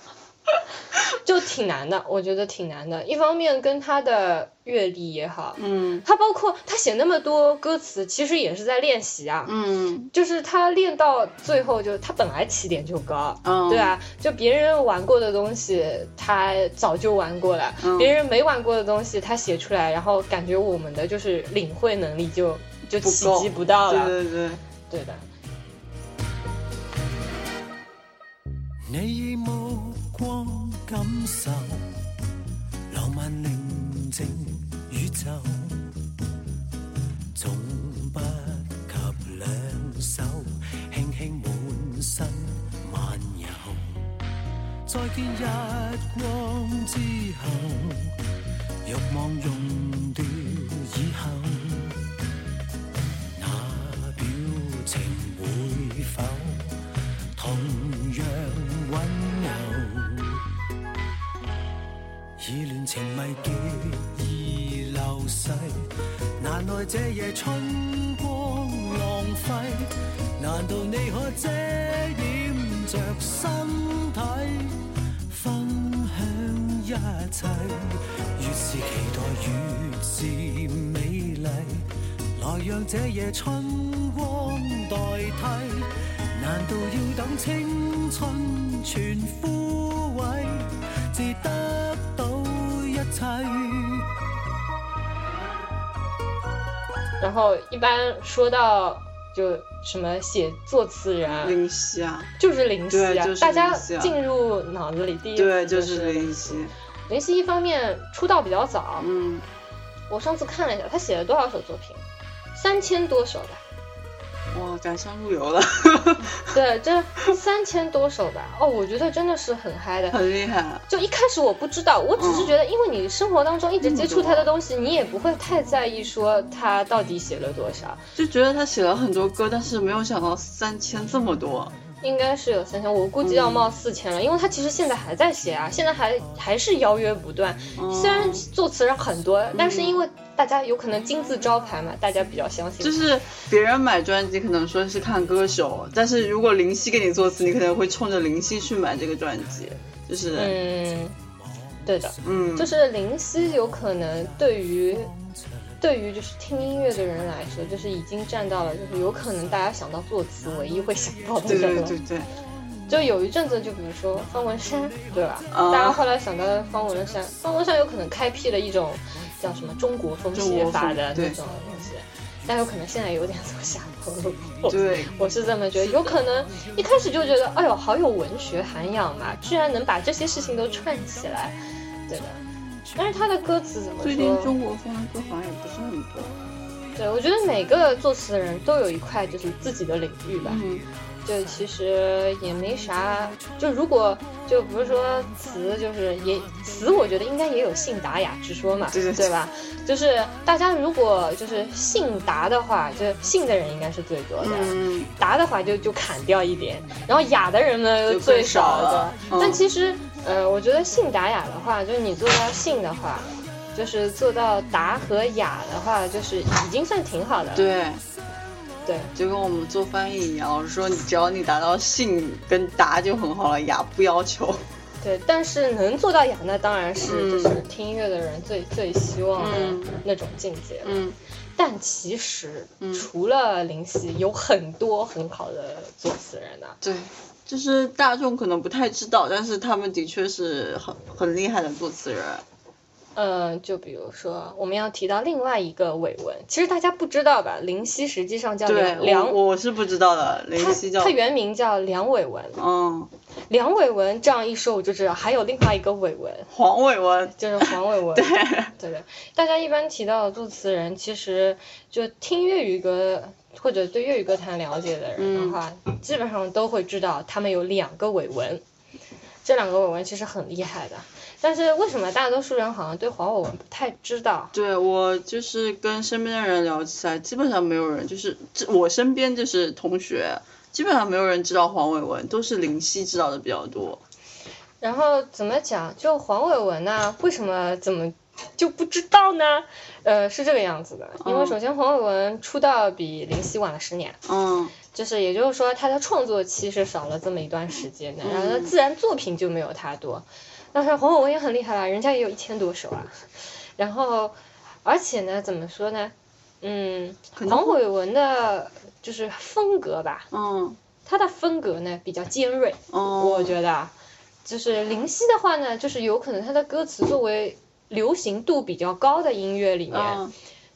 [SPEAKER 1] 就挺难的，我觉得挺难的。一方面跟他的阅历也好，
[SPEAKER 2] 嗯
[SPEAKER 1] 他包括他写那么多歌词，其实也是在练习啊，
[SPEAKER 2] 嗯
[SPEAKER 1] 就是他练到最后就，他本来起点就高。
[SPEAKER 2] 嗯，
[SPEAKER 1] 对，啊，就别人玩过的东西，他早就玩过了；
[SPEAKER 2] 嗯
[SPEAKER 1] 别人没玩过的东西，他写出来，然后感觉我们的就是领会能力就就
[SPEAKER 2] 不
[SPEAKER 1] 企
[SPEAKER 2] 够
[SPEAKER 1] 及不到了。
[SPEAKER 2] 对对对，
[SPEAKER 1] 对的，
[SPEAKER 3] 你以目光感受浪漫寧靜宇宙，總不及兩手輕輕滿身漫遊。再見日光之後，若望用掉以後，那表情會否？同樣温柔。以戀情迷結而流逝，難耐這夜春光浪費。難道你可遮掩着身體，分享一切？越是期待，越是美麗。來讓這夜春光代替，難道要等青春全枯萎，至得到一切？
[SPEAKER 1] 然后一般说到就什么写作词人，
[SPEAKER 2] 林夕啊，
[SPEAKER 1] 就是林夕
[SPEAKER 2] 对
[SPEAKER 1] 啊，
[SPEAKER 2] 就是
[SPEAKER 1] 大家
[SPEAKER 2] 林夕啊
[SPEAKER 1] 进入脑子里第一
[SPEAKER 2] 对，
[SPEAKER 1] 次
[SPEAKER 2] 就是是
[SPEAKER 1] 林
[SPEAKER 2] 林夕，
[SPEAKER 1] 林夕。一方面出道比较早，
[SPEAKER 2] 嗯，
[SPEAKER 1] 我上次看了一下，他写了多少首作品，三千多首吧。
[SPEAKER 2] 哇，赶上入流了，
[SPEAKER 1] 对，这三千多首吧。哦，我觉得真的是很嗨的。
[SPEAKER 2] 很厉害，啊
[SPEAKER 1] 就一开始我不知道，我只是觉得，因为你生活当中一直接触他的东西，你也不会太在意说他到底写了多少，
[SPEAKER 2] 就觉得他写了很多歌，但是没有想到三千这么多，
[SPEAKER 1] 应该是有三千，我估计要冒四千了，因为他其实现在还在写啊，现在还还是邀约不断。
[SPEAKER 2] 嗯
[SPEAKER 1] 虽然作词人很多，但是因为大家有可能金字招牌嘛，大家比较相信。
[SPEAKER 2] 就是别人买专辑可能说是看歌手，但是如果林夕给你作词，你可能会冲着林夕去买这个专辑，就是
[SPEAKER 1] 嗯，对的。
[SPEAKER 2] 嗯，
[SPEAKER 1] 就是林夕有可能对于对于就是听音乐的人来说，就是已经占到了，就是有可能大家想到作词，唯一会想到的
[SPEAKER 2] 对
[SPEAKER 1] 人
[SPEAKER 2] 对
[SPEAKER 1] 了。
[SPEAKER 2] 对对，
[SPEAKER 1] 就有一阵子，就比如说方文山，对吧？
[SPEAKER 2] 啊
[SPEAKER 1] 大家后来想到方文山，方文山有可能开辟了一种叫什么中国风写法的那种东西，但有可能现在有点走下坡路。我
[SPEAKER 2] 对，
[SPEAKER 1] 我是这么觉得，有可能一开始就觉得，哎呦，好有文学涵养嘛，居然能把这些事情都串起来，对的。但是他的歌词怎么
[SPEAKER 2] 最近
[SPEAKER 1] 说？
[SPEAKER 2] 中国风的歌好像也不是很多，
[SPEAKER 1] 对，我觉得每个作词人都有一块就是自己的领域吧。
[SPEAKER 2] 嗯，
[SPEAKER 1] 就其实也没啥，就如果就不是说词，就是也词，我觉得应该也有信达雅之说嘛，
[SPEAKER 2] 对对对
[SPEAKER 1] 吧？就是大家如果就是信达的话，就信的人应该是最多的。
[SPEAKER 2] 嗯，
[SPEAKER 1] 达的话就就砍掉一点，然后雅的人呢
[SPEAKER 2] 就
[SPEAKER 1] 最
[SPEAKER 2] 更少
[SPEAKER 1] 的
[SPEAKER 2] 了。嗯
[SPEAKER 1] 但其实，呃，我觉得信达雅的话，就是你做到信的话，就是做到达和雅的话，就是已经算挺好的了。
[SPEAKER 2] 对，
[SPEAKER 1] 对
[SPEAKER 2] 就跟我们做翻译一样，老师说你只要你达到信跟达就很好了，雅不要求，
[SPEAKER 1] 对，但是能做到雅，那当然
[SPEAKER 2] 嗯
[SPEAKER 1] 是就是听音乐的人最、最希望的那种境界了。
[SPEAKER 2] 嗯
[SPEAKER 1] 但其实、
[SPEAKER 2] 嗯
[SPEAKER 1] 除了林夕，有很多很好的作词人啊的、
[SPEAKER 2] 对，就是大众可能不太知道，但是他们的确是很很厉害的作词人。
[SPEAKER 1] 呃，就比如说我们要提到另外一个伟文，其实大家不知道吧？林夕实际上叫
[SPEAKER 2] 对，
[SPEAKER 1] 梁梁
[SPEAKER 2] 我，我是不知道的，林夕
[SPEAKER 1] 他
[SPEAKER 2] 叫
[SPEAKER 1] 他原名叫梁伟文。
[SPEAKER 2] 嗯
[SPEAKER 1] 梁伟文这样一说我就知道，还有另外一个伟文，
[SPEAKER 2] 黄伟文，
[SPEAKER 1] 就是黄伟 文。对对的，大家一般提到的作词人，其实就听粤语歌或者对粤语歌坛了解的
[SPEAKER 2] 嗯
[SPEAKER 1] 人的话，基本上都会知道他们有两个伟文，这两个伟文其实很厉害的。但是为什么大多数人好像对黄伟文不太知道？
[SPEAKER 2] 对我就是跟身边的人聊起来，基本上没有人，就是这我身边就是同学，基本上没有人知道黄伟文，都是林夕知道的比较多。
[SPEAKER 1] 然后怎么讲？就黄伟文呐、为什么怎么就不知道呢？呃，是这个样子的，因为
[SPEAKER 2] 嗯
[SPEAKER 1] 首先黄伟文出道比林夕晚了十年，
[SPEAKER 2] 嗯
[SPEAKER 1] 就是也就是说他的创作期是少了这么一段时间的，然后
[SPEAKER 2] 嗯
[SPEAKER 1] 自然作品就没有他多。但是黄伟文也很厉害啦，人家也有一千多首啊。然后，而且呢，怎么说呢？嗯，
[SPEAKER 2] 可能
[SPEAKER 1] 黄伟文的就是风格吧，
[SPEAKER 2] 嗯
[SPEAKER 1] 他的风格呢比较尖锐。
[SPEAKER 2] 嗯，
[SPEAKER 1] 我觉得啊，就是林夕的话呢，就是有可能他的歌词作为流行度比较高的音乐里面，
[SPEAKER 2] 嗯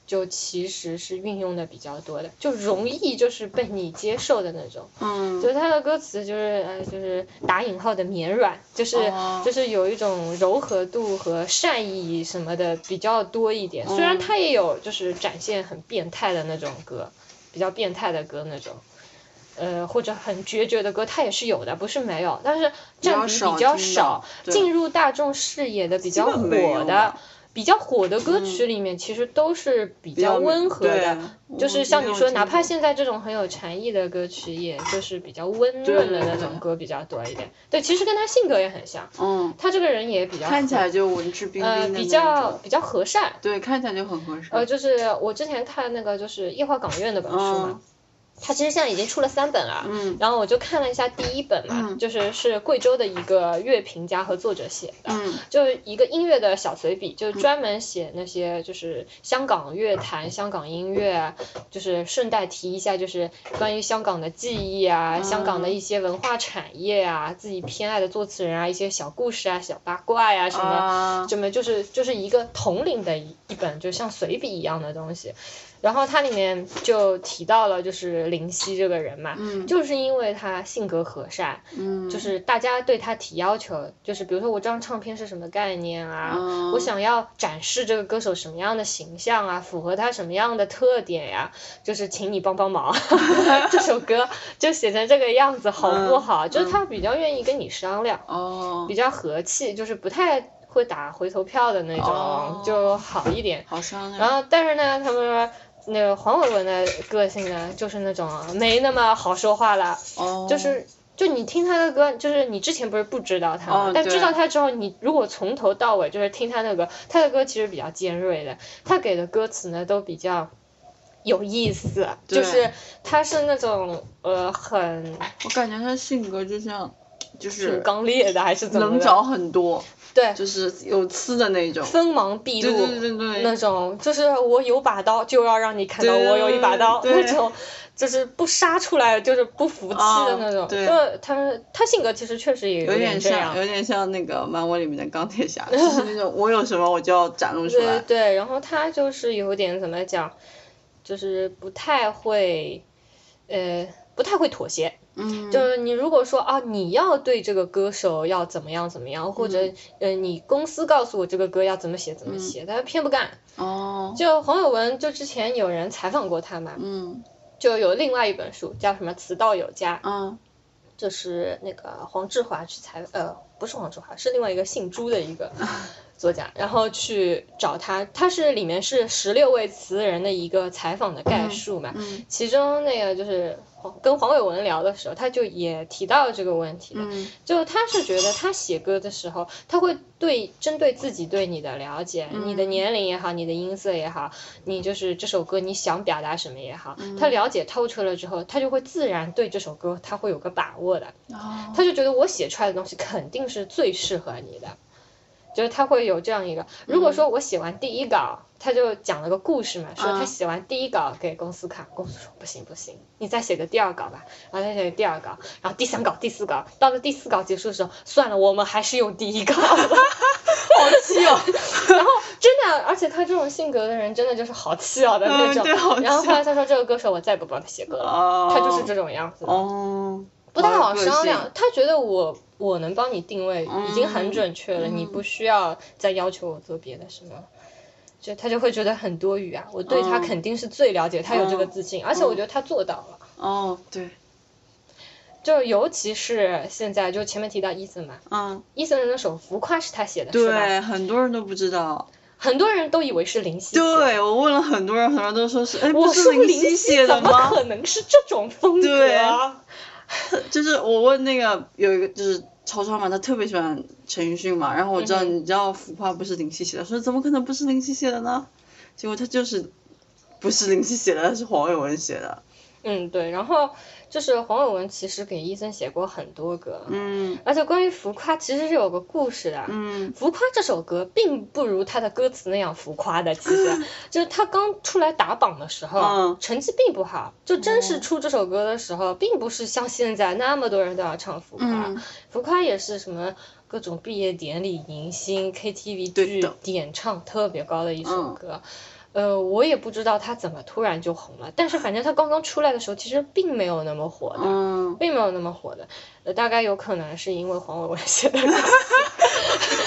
[SPEAKER 1] 就其实是运用的比较多的，就容易就是被你接受的那种。
[SPEAKER 2] 嗯
[SPEAKER 1] 就是他的歌词就是呃就是打引号的绵软，就是、
[SPEAKER 2] 哦
[SPEAKER 1] 就是有一种柔和度和善意什么的比较多一点。虽然
[SPEAKER 2] 嗯
[SPEAKER 1] 他也有就是展现很变态的那种歌，比较变态的歌那种。呃，或者很决绝的歌，他也是有的，不是没有，但是占比比
[SPEAKER 2] 比
[SPEAKER 1] 较
[SPEAKER 2] 较少
[SPEAKER 1] 少，
[SPEAKER 2] 听到对
[SPEAKER 1] 进入大众视野的比较
[SPEAKER 2] 基本没
[SPEAKER 1] 火
[SPEAKER 2] 有
[SPEAKER 1] 的
[SPEAKER 2] 吧、
[SPEAKER 1] 比较火的歌曲里面，其实都是比
[SPEAKER 2] 嗯较
[SPEAKER 1] 较温和的，
[SPEAKER 2] 对嗯
[SPEAKER 1] 就是像你说，哪怕
[SPEAKER 2] 现
[SPEAKER 1] 现在这种很有禅意的歌曲，也就是比较温润的那种歌比较多一点。对，其实跟他性格也很像，
[SPEAKER 2] 嗯，
[SPEAKER 1] 他这个人也比较
[SPEAKER 2] 看起来就文质彬彬的
[SPEAKER 1] 呃
[SPEAKER 2] 那种嗯
[SPEAKER 1] 比较比较和善。
[SPEAKER 2] 对，看起来就很合适。
[SPEAKER 1] 呃，就是我之前看那个就是夜话港院那本书嘛
[SPEAKER 2] 嗯，
[SPEAKER 1] 他其实现在已经出了三本了。
[SPEAKER 2] 嗯
[SPEAKER 1] 然后我就看了一下第一本嘛，
[SPEAKER 2] 嗯
[SPEAKER 1] 就是是贵州的一个乐评家和作者写的，
[SPEAKER 2] 嗯
[SPEAKER 1] 就是一个音乐的小随笔，就是专门写那些就是香港乐
[SPEAKER 2] 嗯
[SPEAKER 1] 坛、香港音乐啊，就是顺带提一下，就是关于香港的记忆
[SPEAKER 2] 嗯
[SPEAKER 1] 啊、香港的一些文化产业啊、自己偏爱的作词人啊、一些小故事啊、小八卦呀、什么。
[SPEAKER 2] 啊，
[SPEAKER 1] 这么就是就是一个统领的一一本，就像随笔一样的东西，然后它里面就提到了就是林夕这个人嘛，
[SPEAKER 2] 嗯
[SPEAKER 1] 就是因为他性格和善，
[SPEAKER 2] 嗯
[SPEAKER 1] 就是大家对他提要求，就是比如说我这张唱片是什么概念啊，
[SPEAKER 2] 嗯
[SPEAKER 1] 我想要展示这个歌手什么样的形象啊，符合他什么样的特点呀、就是请你帮帮 忙，这首歌就写成这个样子好
[SPEAKER 2] 嗯
[SPEAKER 1] 不好？就是他比较愿意跟你商量，
[SPEAKER 2] 哦
[SPEAKER 1] 比，较和气，就是不太会打回头票的那种，
[SPEAKER 2] 哦
[SPEAKER 1] 就好一点。
[SPEAKER 2] 好商
[SPEAKER 1] 然
[SPEAKER 2] 量。
[SPEAKER 1] 后，但是呢，他们说那个黄伟文的个性呢，就是那种没那么好说话了，
[SPEAKER 2] 哦，
[SPEAKER 1] 就是。就你听他的歌，就是你之前不是不知道他吗？
[SPEAKER 2] 哦
[SPEAKER 1] 但
[SPEAKER 2] 对
[SPEAKER 1] 知道他之后，你如果从头到尾就是听他的歌，他的歌其实比较尖锐的，他给的歌词呢都比较有意思，
[SPEAKER 2] 对
[SPEAKER 1] 就是他是那种呃很
[SPEAKER 2] 我感觉他性格就像，就
[SPEAKER 1] 挺
[SPEAKER 2] 是
[SPEAKER 1] 刚烈的，还是怎么的？
[SPEAKER 2] 棱角很多，
[SPEAKER 1] 对，
[SPEAKER 2] 就是有刺的那种。
[SPEAKER 1] 锋芒毕露，
[SPEAKER 2] 对对对对
[SPEAKER 1] 那
[SPEAKER 2] 对，
[SPEAKER 1] 种就是我有把刀，就要让你看到我有一把刀，
[SPEAKER 2] 对
[SPEAKER 1] 那种就是不杀出来就是不服气的那种。
[SPEAKER 2] 啊对
[SPEAKER 1] 就是他他性格其实确实也
[SPEAKER 2] 有
[SPEAKER 1] 点
[SPEAKER 2] 点
[SPEAKER 1] 这样
[SPEAKER 2] 像，。有点像那个漫威里面的钢铁 侠，就是那种我有什么我就要展露出
[SPEAKER 1] 对
[SPEAKER 2] 来。
[SPEAKER 1] 对，然后他就是有点怎么讲，就是不太会，呃，不太会妥协。
[SPEAKER 2] 嗯，
[SPEAKER 1] 就是你如果说啊，你要对这个歌手要怎么样怎么样，或者
[SPEAKER 2] 嗯
[SPEAKER 1] 呃，你公司告诉我这个歌要怎么写怎么写，他偏不干。
[SPEAKER 2] 哦，
[SPEAKER 1] 就黄伟文，就之前有人采访过他嘛，
[SPEAKER 2] 嗯
[SPEAKER 1] 就有另外一本书叫什么《词道有家》，
[SPEAKER 2] 嗯
[SPEAKER 1] 就是那个黄志华去采呃不是黄志华，是另外一个姓朱的一个，作家，然后去找他，他是里面是十六位词人的一个采访的概述嘛，
[SPEAKER 2] 嗯
[SPEAKER 1] 其中那个就是黄跟黄伟文聊的时候，他就也提到这个问题的，
[SPEAKER 2] 嗯
[SPEAKER 1] 就他是觉得他写歌的时候，他会对针对自己对你的了解，
[SPEAKER 2] 嗯
[SPEAKER 1] 你的年龄也好，你的音色也好，你就是这首歌你想表达什么也好，他了解透彻了之后，他就会自然对这首歌他会有个把握的，
[SPEAKER 2] 哦
[SPEAKER 1] 他就觉得我写出来的东西肯定是最适合你的，就是他会有这样一个。如
[SPEAKER 2] 嗯
[SPEAKER 1] 果说我写完第一稿，他就讲了个故事嘛，说他
[SPEAKER 2] 嗯
[SPEAKER 1] 写完第一稿给公司看，公司说不行不行，你再写个第二稿吧，然后他写个第二稿，然后第三稿、第四稿，到了第四稿结束的时候，算了，我们还是用第一稿吧。
[SPEAKER 2] 好气哦，
[SPEAKER 1] 然后真的，而且他这种性格的人，真的就是好气哦的那
[SPEAKER 2] 嗯
[SPEAKER 1] 种。
[SPEAKER 2] 对好
[SPEAKER 1] 然后
[SPEAKER 2] 气
[SPEAKER 1] 后来他说这个歌手我再也不帮他写歌了，
[SPEAKER 2] 哦，
[SPEAKER 1] 他就是这种样子的。
[SPEAKER 2] 哦，
[SPEAKER 1] 不太好
[SPEAKER 2] 有个
[SPEAKER 1] 商量
[SPEAKER 2] 性。，
[SPEAKER 1] 他觉得我我能帮你定位已经
[SPEAKER 2] 嗯
[SPEAKER 1] 很准确了，你不需要再要求我做别的什么。就他就会觉得很多余啊，我对他
[SPEAKER 2] 嗯
[SPEAKER 1] 肯定是最了解，他有这个自信，而且我觉得他做到了。
[SPEAKER 2] 哦，对，
[SPEAKER 1] 就尤其是现在，就前面提到伊森嘛，
[SPEAKER 2] 嗯，
[SPEAKER 1] 伊森的那首《浮夸》是他写的，是吧？
[SPEAKER 2] 对，很多人都不知道。
[SPEAKER 1] 很多人都以为是林夕写的，
[SPEAKER 2] 对，我问了很多人，很多人都说是，哎，
[SPEAKER 1] 我
[SPEAKER 2] 不
[SPEAKER 1] 说
[SPEAKER 2] 林
[SPEAKER 1] 夕
[SPEAKER 2] 夕写的
[SPEAKER 1] 怎么
[SPEAKER 2] 吗？
[SPEAKER 1] 可能是这种风格啊？
[SPEAKER 2] 就是我问那个有一个就是曹操嘛，他特别喜欢陈奕迅嘛，然后我知道、
[SPEAKER 1] 嗯
[SPEAKER 2] 你知道浮夸不是林夕写的，说怎么可能不是林夕写的呢？结果他就是不是林夕写的，他是黄伟文写的。
[SPEAKER 1] 嗯，对。然后就是黄伟文其实给伊森写过很多歌，
[SPEAKER 2] 嗯
[SPEAKER 1] 而且关于浮夸其实是有个故事的。
[SPEAKER 2] 嗯
[SPEAKER 1] 浮夸这首歌并不如他的歌词那样浮夸的，其 实就是他刚出来打榜的时候，
[SPEAKER 2] 嗯
[SPEAKER 1] 成绩并不好。就真是出这首歌的时候，并不是像现在那么多人都要唱浮夸，
[SPEAKER 2] 嗯
[SPEAKER 1] 浮夸也是什么各种毕业典礼、迎新、KTV
[SPEAKER 2] 对
[SPEAKER 1] 剧
[SPEAKER 2] 的
[SPEAKER 1] 点唱特别高的一首
[SPEAKER 2] 嗯
[SPEAKER 1] 歌。呃，我也不知道他怎么突然就红了，但是反正他刚刚出来的时候，其实并没有那么火的。
[SPEAKER 2] 嗯，
[SPEAKER 1] 并没有那么火的，呃，大概有可能是因为黄伟文写 的歌，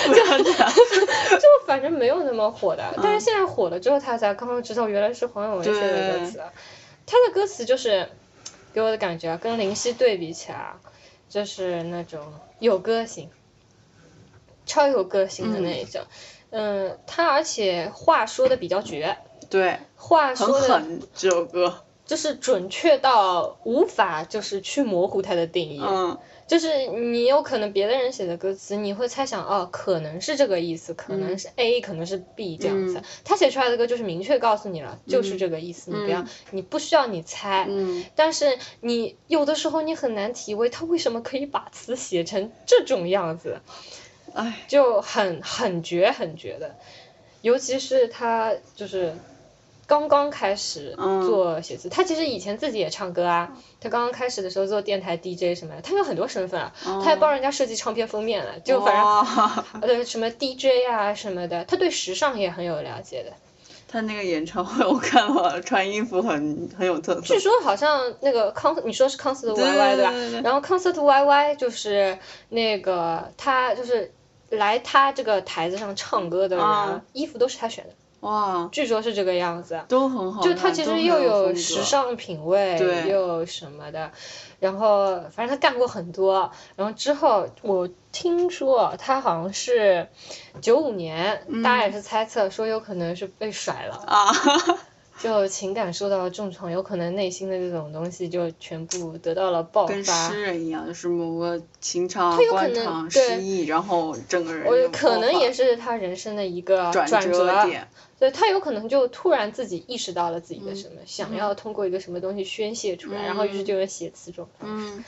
[SPEAKER 2] 不要这样。
[SPEAKER 1] 就反正没有那么火
[SPEAKER 2] 嗯
[SPEAKER 1] 的。但是现在火了之后，他才刚刚知道原来是黄伟文写的歌词啊。他的歌词就是给我的感觉啊，跟林夕对比起来啊，就是那种有个性，超有个性的那一种。嗯、他而且话说的比较绝，
[SPEAKER 2] 对，
[SPEAKER 1] 话
[SPEAKER 2] 很
[SPEAKER 1] 说的
[SPEAKER 2] 狠这首歌。
[SPEAKER 1] 就是准确到无法就是去模糊它的定义。
[SPEAKER 2] 嗯
[SPEAKER 1] 就是你有可能别的人写的歌词，你会猜想哦，可能是这个意思，可能是 A，、可能是 B 这样子。
[SPEAKER 2] 嗯
[SPEAKER 1] 他写出来的歌就是明确告诉你了，就是这个意思，你不要，你不需要你猜。
[SPEAKER 2] 嗯，
[SPEAKER 1] 但是你有的时候你很难体会他为什么可以把词写成这种样子，嗯
[SPEAKER 2] 哎，
[SPEAKER 1] 就很很绝很绝的，尤其是他就是刚刚开始
[SPEAKER 2] 嗯
[SPEAKER 1] 做写词，他其实以前自己也唱歌啊，他刚刚开始的时候做电台 DJ 什么的，他有很多身份啊，他还帮人家设计唱片封面了，
[SPEAKER 2] 哦
[SPEAKER 1] 就反正
[SPEAKER 2] 哇，
[SPEAKER 1] 呃什么 DJ 啊什么的，他对时尚也很有了解的。
[SPEAKER 2] 他那个演唱会我看了，穿衣服很很有特色
[SPEAKER 1] 据。说好像那个康，你说是康斯特 YY 对吧？
[SPEAKER 2] 对对对
[SPEAKER 1] 然后康斯特 YY 就是那个他就是来他这个台子上唱歌的人，
[SPEAKER 2] 啊
[SPEAKER 1] 衣服都是他选的。
[SPEAKER 2] 哇，
[SPEAKER 1] 据说是这个样子。啊
[SPEAKER 2] 都很好看。
[SPEAKER 1] 就他其
[SPEAKER 2] 都
[SPEAKER 1] 实
[SPEAKER 2] 很
[SPEAKER 1] 又
[SPEAKER 2] 有
[SPEAKER 1] 有
[SPEAKER 2] 风
[SPEAKER 1] 时
[SPEAKER 2] 格，
[SPEAKER 1] 尚品味，
[SPEAKER 2] 对
[SPEAKER 1] 又什么的，然后反正他干过很多。然后之后我听说他好像是九五年，大家也是猜测说有可能是被甩了，
[SPEAKER 2] 嗯啊，
[SPEAKER 1] 就情感受到了重创，有可能内心的这种东西就全部得到了爆
[SPEAKER 2] 跟
[SPEAKER 1] 发。
[SPEAKER 2] 诗人一样，就是某个情场
[SPEAKER 1] 他有可
[SPEAKER 2] 官
[SPEAKER 1] 能
[SPEAKER 2] 场
[SPEAKER 1] 对
[SPEAKER 2] 失意，然后整个人
[SPEAKER 1] 我
[SPEAKER 2] 就
[SPEAKER 1] 可
[SPEAKER 2] 爆
[SPEAKER 1] 能
[SPEAKER 2] 发
[SPEAKER 1] 也是他人生的一个
[SPEAKER 2] 转
[SPEAKER 1] 转
[SPEAKER 2] 折点。嗯
[SPEAKER 1] 对他有可能就突然自己意识到了自己的什么，想要通过一个什么东西宣泄出来，然后于是就有写词这种。
[SPEAKER 2] 嗯，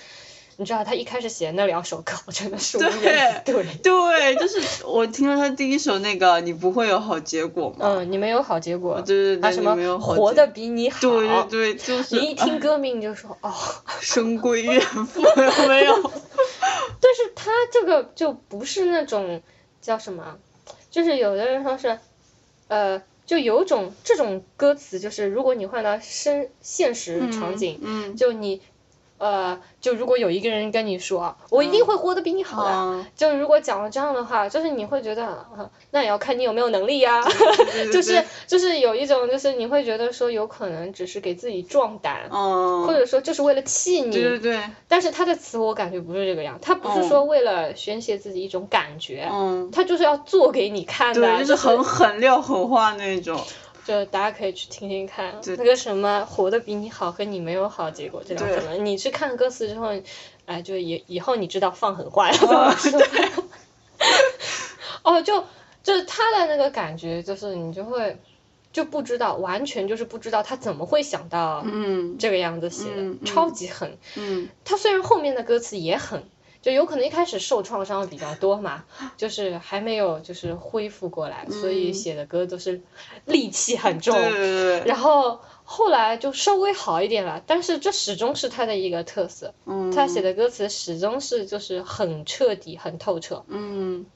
[SPEAKER 1] 你知道他一开始写的那两首歌，我真的是无
[SPEAKER 2] 对
[SPEAKER 1] 言以对。
[SPEAKER 2] 对，就是我听了他第一首那个“你不会有好结果”嘛，
[SPEAKER 1] 嗯，你没有好结果。
[SPEAKER 2] 对对对
[SPEAKER 1] 啊什
[SPEAKER 2] 你没
[SPEAKER 1] 么
[SPEAKER 2] 有好
[SPEAKER 1] 活
[SPEAKER 2] 结
[SPEAKER 1] 得比你好。
[SPEAKER 2] 对对对，就 是
[SPEAKER 1] 你一听歌名你就说哦，
[SPEAKER 2] 生归怨妇有没有？
[SPEAKER 1] 但是他这个就不是那种叫什么，就是有的人说是，呃，就有种 这种歌词，就是如果你换到生现实场景，
[SPEAKER 2] 嗯，
[SPEAKER 1] 就你。呃，就如果有一个人跟你说，我一
[SPEAKER 2] 嗯
[SPEAKER 1] 定会活得比你好的，
[SPEAKER 2] 哦
[SPEAKER 1] 就如果讲了这样的话，就是你会觉得，啊那也要看你有没有能力呀、
[SPEAKER 2] 对
[SPEAKER 1] 就是，就是有一种，就是你会觉得说，有可能只是给自己壮胆，
[SPEAKER 2] 嗯，
[SPEAKER 1] 或者说哦就是为了气你。
[SPEAKER 2] 对对对，
[SPEAKER 1] 但是哦他的词我感觉不是这个样，他不是
[SPEAKER 2] 嗯
[SPEAKER 1] 说为了宣泄自己一种感觉，
[SPEAKER 2] 嗯，
[SPEAKER 1] 他就是要做给你看的，
[SPEAKER 2] 对，
[SPEAKER 1] 哦就
[SPEAKER 2] 就是很狠撂狠话那种，
[SPEAKER 1] 就大家可以去听听看，
[SPEAKER 2] 对
[SPEAKER 1] 那个什么活得比你好和你没有好，结果这两什么，你去看歌词之后，哎，就以以后你知道放狠 话了。 哦，就就是他的那个感觉，就是你就会就不知道，完全就是不知道他怎么会想到
[SPEAKER 2] 嗯
[SPEAKER 1] 这个样子写的，
[SPEAKER 2] 嗯嗯
[SPEAKER 1] 超级狠。
[SPEAKER 2] 嗯，
[SPEAKER 1] 他虽然后面的歌词也狠，就有可能一开始受创伤比较多 嘛，就是还没有就是恢复过来，所以
[SPEAKER 2] 嗯
[SPEAKER 1] 写的歌都是戾气很重。
[SPEAKER 2] 对对对对，
[SPEAKER 1] 然后后来就稍微好一点了，但是这始终是他的一个特色，
[SPEAKER 2] 嗯，
[SPEAKER 1] 他写，的歌词始终是就是很彻底、很透彻。
[SPEAKER 2] 嗯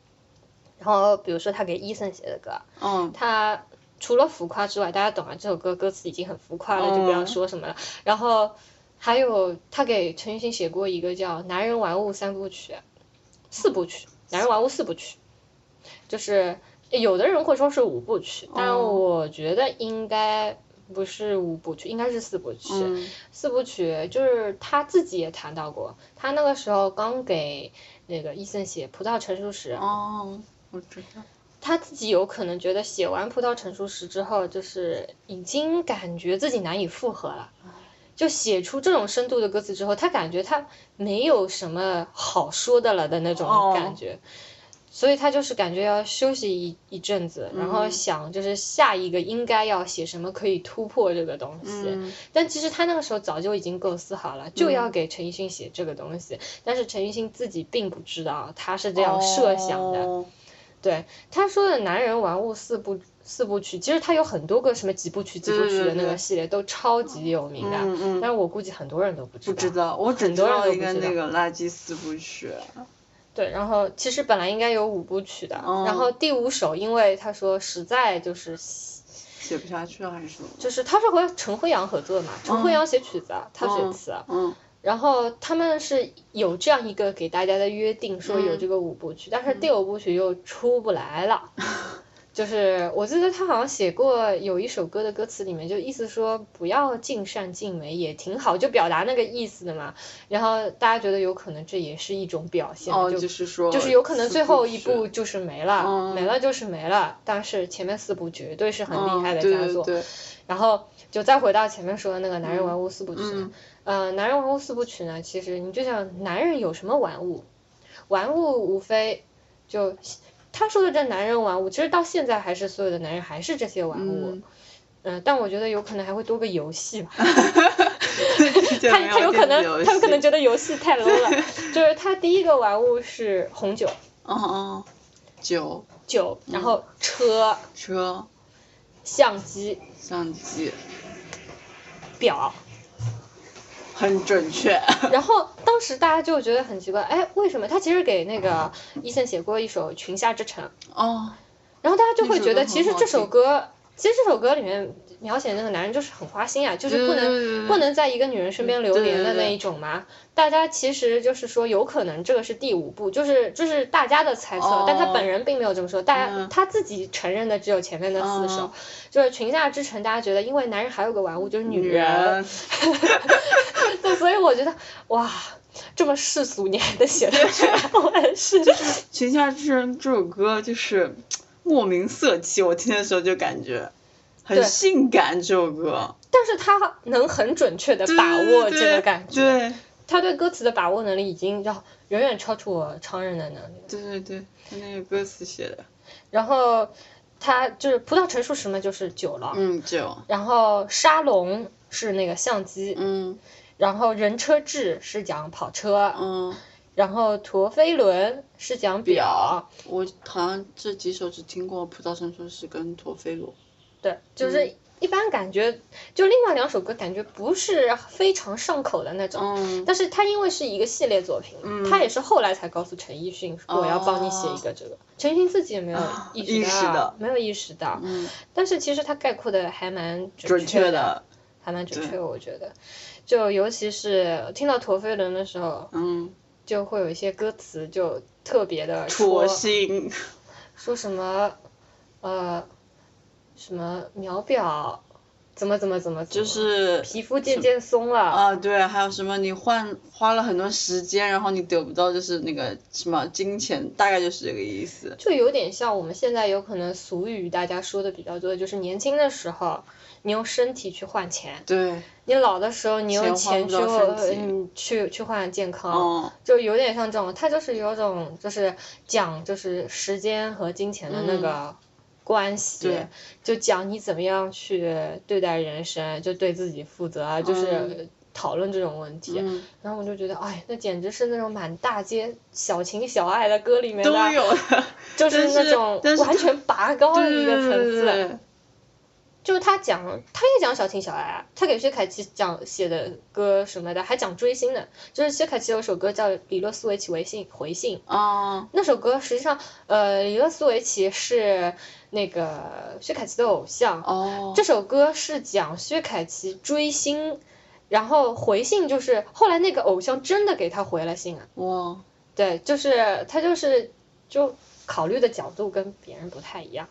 [SPEAKER 1] 然后比如说他给伊森写的歌，
[SPEAKER 2] 嗯
[SPEAKER 1] 他除了浮夸之外，大家懂啊，这首歌歌词已经很浮夸了，就不要
[SPEAKER 2] 嗯
[SPEAKER 1] 说什么了。然后还有他给陈奕迅写过一个叫《男人玩物三部曲》，四部曲，《男人玩物四部曲》，就是有的人会说是五部曲，但
[SPEAKER 2] 哦
[SPEAKER 1] 我觉得应该不是五部曲，应该是四部曲。
[SPEAKER 2] 嗯
[SPEAKER 1] 四部曲就是他自己也谈到过，他那个时候刚给那个伊森写《葡萄成熟时》，
[SPEAKER 2] 哦，我知道，
[SPEAKER 1] 他自己有可能觉得写完《葡萄成熟时》之后，就是已经感觉自己难以复合了。
[SPEAKER 2] 嗯
[SPEAKER 1] 就写出这种深度的歌词之后，他感觉他没有什么好说的了的那种
[SPEAKER 2] 哦
[SPEAKER 1] 感觉所以他就是感觉要休息一一阵子，然后
[SPEAKER 2] 嗯
[SPEAKER 1] 想就是下一个应该要写什么可以突破这个东西。
[SPEAKER 2] 嗯
[SPEAKER 1] 但其实他那个时候早就已经构思好了，就要给陈奕迅写这个东西，但是陈奕迅自己并不知道他是这样设想的。
[SPEAKER 2] 哦
[SPEAKER 1] 对他说的《男人玩物四部四部曲》，其实他有很多个什么几部曲、几部曲的那
[SPEAKER 2] 对对
[SPEAKER 1] 个
[SPEAKER 2] 对
[SPEAKER 1] 系列都超级有名的，
[SPEAKER 2] 嗯
[SPEAKER 1] 但是
[SPEAKER 2] 嗯，
[SPEAKER 1] 我估计很多人都不知
[SPEAKER 2] 不
[SPEAKER 1] 道。
[SPEAKER 2] 知道，我只
[SPEAKER 1] 很
[SPEAKER 2] 知
[SPEAKER 1] 多人
[SPEAKER 2] 道
[SPEAKER 1] 都
[SPEAKER 2] 一
[SPEAKER 1] 不
[SPEAKER 2] 个
[SPEAKER 1] 知道
[SPEAKER 2] 那个垃圾四部曲，
[SPEAKER 1] 对，然后其实本来应该有五部曲的，
[SPEAKER 2] 哦
[SPEAKER 1] 然后第五首，因为他说实在就是
[SPEAKER 2] 写不下去了还是什么？
[SPEAKER 1] 就是他是和陈辉阳合作嘛，陈辉阳写曲子，啊，他写
[SPEAKER 2] 嗯
[SPEAKER 1] 词啊，
[SPEAKER 2] 嗯
[SPEAKER 1] 然后他们是有这样一个给大家的约定，说
[SPEAKER 2] 嗯
[SPEAKER 1] 有这个五部曲，但是第五部曲又出不来 了。就是我记得他好像写过有一首歌的歌词里面，就意思说不要尽善尽美也挺好，就表达那个意思的嘛。然后大家觉得有可能这也是一种表现，
[SPEAKER 2] 哦，
[SPEAKER 1] 就
[SPEAKER 2] 就是说，
[SPEAKER 1] 就是有可能最后一步就是没了，
[SPEAKER 2] 嗯
[SPEAKER 1] 没了就是没了。但是前面四部绝对是很厉害的
[SPEAKER 2] 嗯
[SPEAKER 1] 佳作，
[SPEAKER 2] 对对对，
[SPEAKER 1] 然后就再回到前面说的那个男人玩物四部曲呢，
[SPEAKER 2] 嗯
[SPEAKER 1] 呃，男人玩物四部曲呢，其实你就想男人有什么玩物？玩物无非就他说的这男人玩物，其实到现在还是所有的男人还是这些玩物。嗯
[SPEAKER 2] 嗯
[SPEAKER 1] 但我觉得有可能还会多个游戏 吧，
[SPEAKER 2] 他
[SPEAKER 1] 他他有可能，他有可能觉得游戏太 low 了。就是他第一个玩物是红酒，
[SPEAKER 2] 嗯嗯，酒、
[SPEAKER 1] 酒，然后车、
[SPEAKER 2] 车、
[SPEAKER 1] 相机、
[SPEAKER 2] 相机，
[SPEAKER 1] 表，
[SPEAKER 2] 很准确。
[SPEAKER 1] 然后当时大家就觉得很奇怪，哎，为什么他其实给那个伊森写过一首《群下之城》，
[SPEAKER 2] 哦，
[SPEAKER 1] 然后大家就会
[SPEAKER 2] 那首
[SPEAKER 1] 觉得
[SPEAKER 2] 歌
[SPEAKER 1] 其
[SPEAKER 2] 很
[SPEAKER 1] 实
[SPEAKER 2] 好
[SPEAKER 1] 这首
[SPEAKER 2] 听
[SPEAKER 1] 歌，其实这首歌里面描写那个男人就是很花心啊，就是不
[SPEAKER 2] 对对
[SPEAKER 1] 能
[SPEAKER 2] 对对对
[SPEAKER 1] 不能在一个女人身边流
[SPEAKER 2] 对
[SPEAKER 1] 连
[SPEAKER 2] 对
[SPEAKER 1] 的
[SPEAKER 2] 对
[SPEAKER 1] 那一种嘛。大家其实就是说，有可能这个是第五部，就是就是大家的猜测，但他
[SPEAKER 2] 哦
[SPEAKER 1] 本人并没有这么说，大家、
[SPEAKER 2] 嗯
[SPEAKER 1] 他自己承认的只有前面的四首，
[SPEAKER 2] 嗯
[SPEAKER 1] 就是《群下之城》，大家觉得因为男人还有个玩物就是女
[SPEAKER 2] 女
[SPEAKER 1] 人
[SPEAKER 2] 人，
[SPEAKER 1] 对，所以我觉得哇，这么世俗你还能写得出来，我很是。
[SPEAKER 2] 《群下之人》这首歌就是莫名色气，我听的时候就感觉
[SPEAKER 1] 对
[SPEAKER 2] 很性感。这首歌
[SPEAKER 1] 但是他能很准确的
[SPEAKER 2] 对
[SPEAKER 1] 把
[SPEAKER 2] 对
[SPEAKER 1] 握
[SPEAKER 2] 对
[SPEAKER 1] 这个感觉，
[SPEAKER 2] 对
[SPEAKER 1] 他对歌词的把握能力已经要远远超出我常人的能力了。
[SPEAKER 2] 对对对，他那个歌词写的，
[SPEAKER 1] 然后他就是葡萄成熟时嘛，就是酒了，
[SPEAKER 2] 嗯，酒，
[SPEAKER 1] 然后沙龙是那个相机，
[SPEAKER 2] 嗯
[SPEAKER 1] 然后人车志是讲跑车，
[SPEAKER 2] 嗯，
[SPEAKER 1] 然后陀飞轮是讲表，
[SPEAKER 2] 我好像这几首只听过《葡萄成熟时》跟《陀飞轮》。
[SPEAKER 1] 对，就是。
[SPEAKER 2] 嗯
[SPEAKER 1] 一般感觉就另外两首歌感觉不是非常上口的那种，
[SPEAKER 2] 嗯，
[SPEAKER 1] 但是它因为是一个系列作品，
[SPEAKER 2] 嗯哦
[SPEAKER 1] 它也是后来才告诉陈奕迅说我要帮你写一个这个，陈奕迅自己也没有意
[SPEAKER 2] 啊意
[SPEAKER 1] 识
[SPEAKER 2] 识
[SPEAKER 1] 到
[SPEAKER 2] 到，
[SPEAKER 1] 没有意识到，
[SPEAKER 2] 嗯，
[SPEAKER 1] 但是其实他概括的还蛮
[SPEAKER 2] 准
[SPEAKER 1] 确
[SPEAKER 2] 确的，
[SPEAKER 1] 还蛮准确
[SPEAKER 2] 对
[SPEAKER 1] 的，我觉得。就尤其是听到陀飞轮的时候，
[SPEAKER 2] 嗯，
[SPEAKER 1] 就会有一些歌词就特别的戳，
[SPEAKER 2] 戳心，
[SPEAKER 1] 说什么呃什么秒表怎么怎么怎么，怎
[SPEAKER 2] 就
[SPEAKER 1] 么
[SPEAKER 2] 是
[SPEAKER 1] 皮肤渐渐松了，
[SPEAKER 2] 啊，对，还有什么你换花了很多时间，然后你得不到就是那个什么金钱，大概就是这个意思。
[SPEAKER 1] 就有点像我们现在有可能俗语大家说的比较多的，就是年轻的时候你用身体去换钱，
[SPEAKER 2] 对，
[SPEAKER 1] 你老的时候你用钱
[SPEAKER 2] 钱换不
[SPEAKER 1] 去
[SPEAKER 2] 到身体
[SPEAKER 1] 嗯去去换健康，
[SPEAKER 2] 嗯，
[SPEAKER 1] 就有点像这种，它就是有种就是讲就是时间和金钱的那个关系，
[SPEAKER 2] 嗯对
[SPEAKER 1] 就讲你怎么样去对待人生，就对自己负责啊，就是
[SPEAKER 2] 嗯
[SPEAKER 1] 讨论这种问题。
[SPEAKER 2] 嗯
[SPEAKER 1] 然后我就觉得，哎，那简直是那种满大街小情小爱的歌里面的
[SPEAKER 2] 都有的，
[SPEAKER 1] 就是那
[SPEAKER 2] 但是
[SPEAKER 1] 种
[SPEAKER 2] 但是
[SPEAKER 1] 完全拔高的
[SPEAKER 2] 对
[SPEAKER 1] 一
[SPEAKER 2] 对
[SPEAKER 1] 个
[SPEAKER 2] 对
[SPEAKER 1] 层
[SPEAKER 2] 对
[SPEAKER 1] 次。
[SPEAKER 2] 对，
[SPEAKER 1] 就是他讲，他也讲小情小爱啊，他给薛凯琪讲写的歌什么的，还讲追星的。就是薛凯琪有首歌叫《李勒苏维奇微信回信》，
[SPEAKER 2] 啊，
[SPEAKER 1] 那首歌实际上，呃，李勒苏维奇是那个薛凯琪的偶像。
[SPEAKER 2] 哦，
[SPEAKER 1] 这首歌是讲薛凯琪追星，然后回信就是后来那个偶像真的给他回了信啊。
[SPEAKER 2] 哇，
[SPEAKER 1] 对，就是他就是就考虑的角度跟别人不太一样，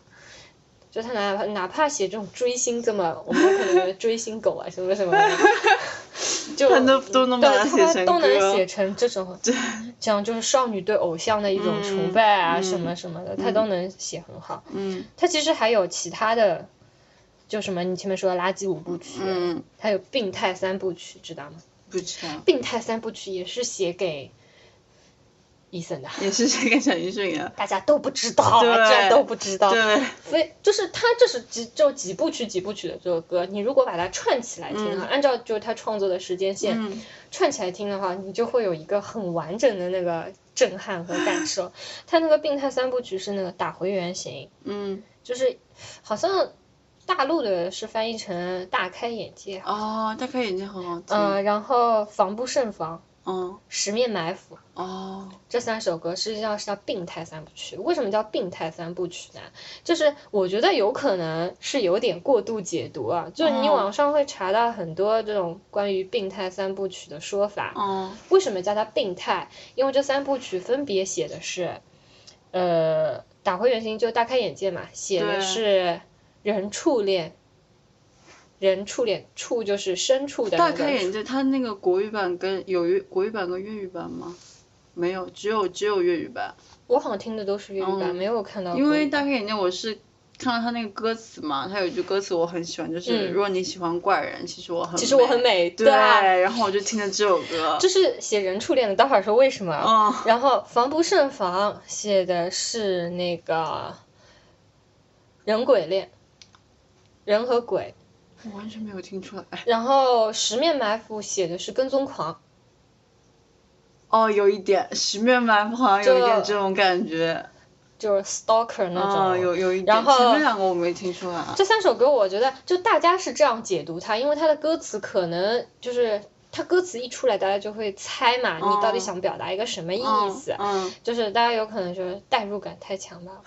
[SPEAKER 1] 就他哪怕哪怕写这种追星这么，我们可能觉得追星狗啊什么什么的， 就
[SPEAKER 2] 他都都能把它
[SPEAKER 1] 对
[SPEAKER 2] 写
[SPEAKER 1] 他
[SPEAKER 2] 成
[SPEAKER 1] 都能
[SPEAKER 2] 歌
[SPEAKER 1] 写成这种，这样就是少女对偶像的一种崇拜啊、
[SPEAKER 2] 嗯
[SPEAKER 1] 什么什么的，他都能写很好。
[SPEAKER 2] 嗯
[SPEAKER 1] 他其实还有其他的，就什么你前面说的垃圾五部曲，
[SPEAKER 2] 嗯，
[SPEAKER 1] 还有病态三部曲，知道吗？
[SPEAKER 2] 不知道，
[SPEAKER 1] 病态三部曲也是写给伊森的。
[SPEAKER 2] 也是这个陈奕迅啊呀，
[SPEAKER 1] 大家都不知道，啊
[SPEAKER 2] 对
[SPEAKER 1] 这都不知道。
[SPEAKER 2] 对，
[SPEAKER 1] 非就是他这是几就几部曲几部曲的这首歌，你如果把它串起来听啊，按照就是他创作的时间线、
[SPEAKER 2] 嗯
[SPEAKER 1] 串起来听的话，你就会有一个很完整的那个震撼和感受。他那个病态三部曲是那个打回原形，
[SPEAKER 2] 嗯，
[SPEAKER 1] 就是好像大陆的是翻译成大开眼界，
[SPEAKER 2] 哦，大开眼睛很好
[SPEAKER 1] 嗯、
[SPEAKER 2] 听，
[SPEAKER 1] 然后防不胜防，
[SPEAKER 2] 嗯，
[SPEAKER 1] 十面埋伏，
[SPEAKER 2] 哦，
[SPEAKER 1] 这三首歌实际上是叫病态三部曲。为什么叫病态三部曲呢？就是我觉得有可能是有点过度解读啊，就是你
[SPEAKER 2] 哦
[SPEAKER 1] 网上会查到很多这种关于病态三部曲的说法。
[SPEAKER 2] 哦，
[SPEAKER 1] 为什么叫它病态？因为这三部曲分别写的是，呃，打回原形就大开眼界嘛，写的
[SPEAKER 2] 对
[SPEAKER 1] 是人畜恋。人畜恋，畜就是牲畜的那
[SPEAKER 2] 大
[SPEAKER 1] 个
[SPEAKER 2] 开眼界，它那个国语版跟有粤国语版跟粤语版吗？没有，只有只有粤语版。
[SPEAKER 1] 我好像听的都是粤语版，
[SPEAKER 2] 嗯
[SPEAKER 1] 没有看到过。
[SPEAKER 2] 因为大开眼界，我是看到他那个歌词嘛，他有一句歌词我很喜欢，就是、
[SPEAKER 1] 嗯
[SPEAKER 2] 如果你喜欢怪人，其实我很
[SPEAKER 1] 其实我很美，
[SPEAKER 2] 对，
[SPEAKER 1] 对啊
[SPEAKER 2] 然后我就听了这首歌，
[SPEAKER 1] 就是写人畜恋的，待会儿说为什么。啊
[SPEAKER 2] 嗯
[SPEAKER 1] 然后防不胜防写的是那个人鬼恋，人和鬼。
[SPEAKER 2] 我完全没有听出来。
[SPEAKER 1] 然后十面埋伏写的是跟踪狂，
[SPEAKER 2] 哦，有一点十面埋伏，好像有一点
[SPEAKER 1] 这
[SPEAKER 2] 这种感觉，
[SPEAKER 1] 就是 stalker 那种。
[SPEAKER 2] 啊、有有一
[SPEAKER 1] 嗯然
[SPEAKER 2] 点。
[SPEAKER 1] 后
[SPEAKER 2] 前面两个我没听出来，
[SPEAKER 1] 这三首歌，我觉得就大家是这样解读它，因为它的歌词可能就是它歌词一出来，大家就会猜嘛，你到底
[SPEAKER 2] 嗯
[SPEAKER 1] 想表达一个什么意
[SPEAKER 2] 嗯
[SPEAKER 1] 思？啊
[SPEAKER 2] 嗯
[SPEAKER 1] 就是大家有可能就是代入感太强吧。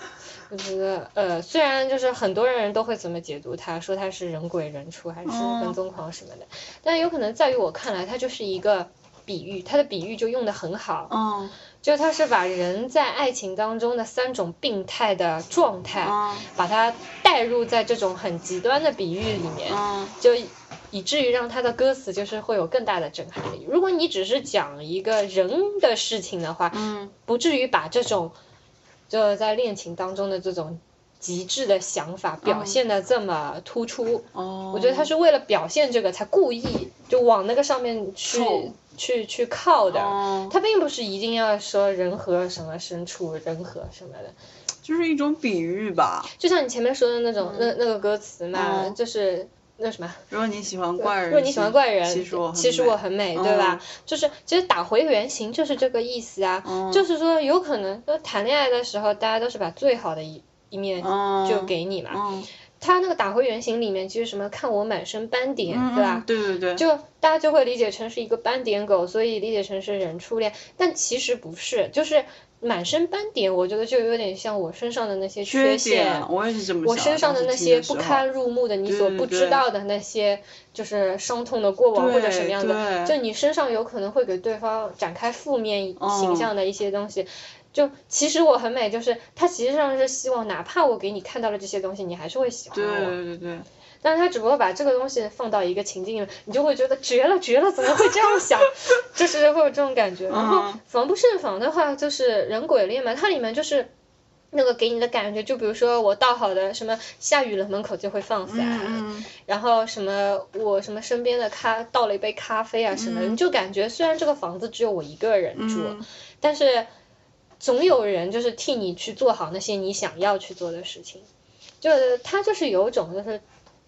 [SPEAKER 1] 我觉得，呃，虽然就是很多人都会怎么解读它，说它是人鬼人畜还是
[SPEAKER 2] 嗯
[SPEAKER 1] 跟踪狂什么的，但有可能在于我看来，它就是一个比喻，它的比喻就用的很好，
[SPEAKER 2] 嗯
[SPEAKER 1] 就它是把人在爱情当中的三种病态的状态，
[SPEAKER 2] 嗯
[SPEAKER 1] 把它带入在这种很极端的比喻里面，
[SPEAKER 2] 嗯
[SPEAKER 1] 就以以至于让他的歌词就是会有更大的震撼力。如果你只是讲一个人的事情的话，
[SPEAKER 2] 嗯，
[SPEAKER 1] 不至于把这种就在恋情当中的这种极致的想法表现的这么突出。
[SPEAKER 2] 哦，
[SPEAKER 1] 我觉得他是为了表现这个才故意就往那个上面去
[SPEAKER 2] 凑
[SPEAKER 1] 去去靠的。
[SPEAKER 2] 哦，
[SPEAKER 1] 他并不是一定要说人和什么身处，人和什么的，
[SPEAKER 2] 就是一种比喻吧。
[SPEAKER 1] 就像你前面说的那种，那那个歌词嘛，
[SPEAKER 2] 嗯
[SPEAKER 1] 就是那什么，
[SPEAKER 2] 如果你喜欢怪人，
[SPEAKER 1] 如果你喜欢怪人，
[SPEAKER 2] 其实我很
[SPEAKER 1] 其实
[SPEAKER 2] 美
[SPEAKER 1] 我很美，对吧？
[SPEAKER 2] 嗯
[SPEAKER 1] 就是其实打回原形就是这个意思啊，
[SPEAKER 2] 嗯
[SPEAKER 1] 就是说有可能就谈恋爱的时候，大家都是把最好的一一面
[SPEAKER 2] 嗯
[SPEAKER 1] 就给你嘛，
[SPEAKER 2] 嗯
[SPEAKER 1] 他那个打回原形里面就是什么看我满身斑点，
[SPEAKER 2] 嗯
[SPEAKER 1] 对吧
[SPEAKER 2] 嗯？对对对，
[SPEAKER 1] 就大家就会理解成是一个斑点狗，所以理解成是人初恋，但其实不是，就是满身斑点，我觉得就有点像我身上的那些
[SPEAKER 2] 缺
[SPEAKER 1] 陷啊
[SPEAKER 2] 点，。我也是这么想。
[SPEAKER 1] 我身上
[SPEAKER 2] 当
[SPEAKER 1] 的
[SPEAKER 2] 时
[SPEAKER 1] 那
[SPEAKER 2] 听
[SPEAKER 1] 些
[SPEAKER 2] 的时
[SPEAKER 1] 不
[SPEAKER 2] 候
[SPEAKER 1] 堪入目的，你
[SPEAKER 2] 对
[SPEAKER 1] 所
[SPEAKER 2] 对
[SPEAKER 1] 不知
[SPEAKER 2] 对
[SPEAKER 1] 道的那些，就是伤痛的过往或者
[SPEAKER 2] 对
[SPEAKER 1] 什么样的，就
[SPEAKER 2] 对
[SPEAKER 1] 你身上有可能会给对方展开负面形
[SPEAKER 2] 嗯
[SPEAKER 1] 象的一些东西。就其实我很美，就是他其实上是希望，哪怕我给你看到了这些东西，你还是会喜欢
[SPEAKER 2] 对
[SPEAKER 1] 我。
[SPEAKER 2] 对对对，
[SPEAKER 1] 但是他只不过把这个东西放到一个情境里面，你就会觉得绝了绝了，怎么会这样想？ 就是会有这种感觉。然后
[SPEAKER 2] 嗯
[SPEAKER 1] 防不胜防的话，就是人鬼恋嘛，它里面就是。那个给你的感觉，就比如说我倒好的什么，下雨了门口就会放伞，
[SPEAKER 2] 嗯嗯
[SPEAKER 1] 然后什么我什么身边的咖倒了一杯咖啡啊什么的，
[SPEAKER 2] 嗯
[SPEAKER 1] 你就感觉虽然这个房子只有我一个人住，
[SPEAKER 2] 嗯
[SPEAKER 1] 但是总有人就是替你去做好那些你想要去做的事情，就是他就是有一种就是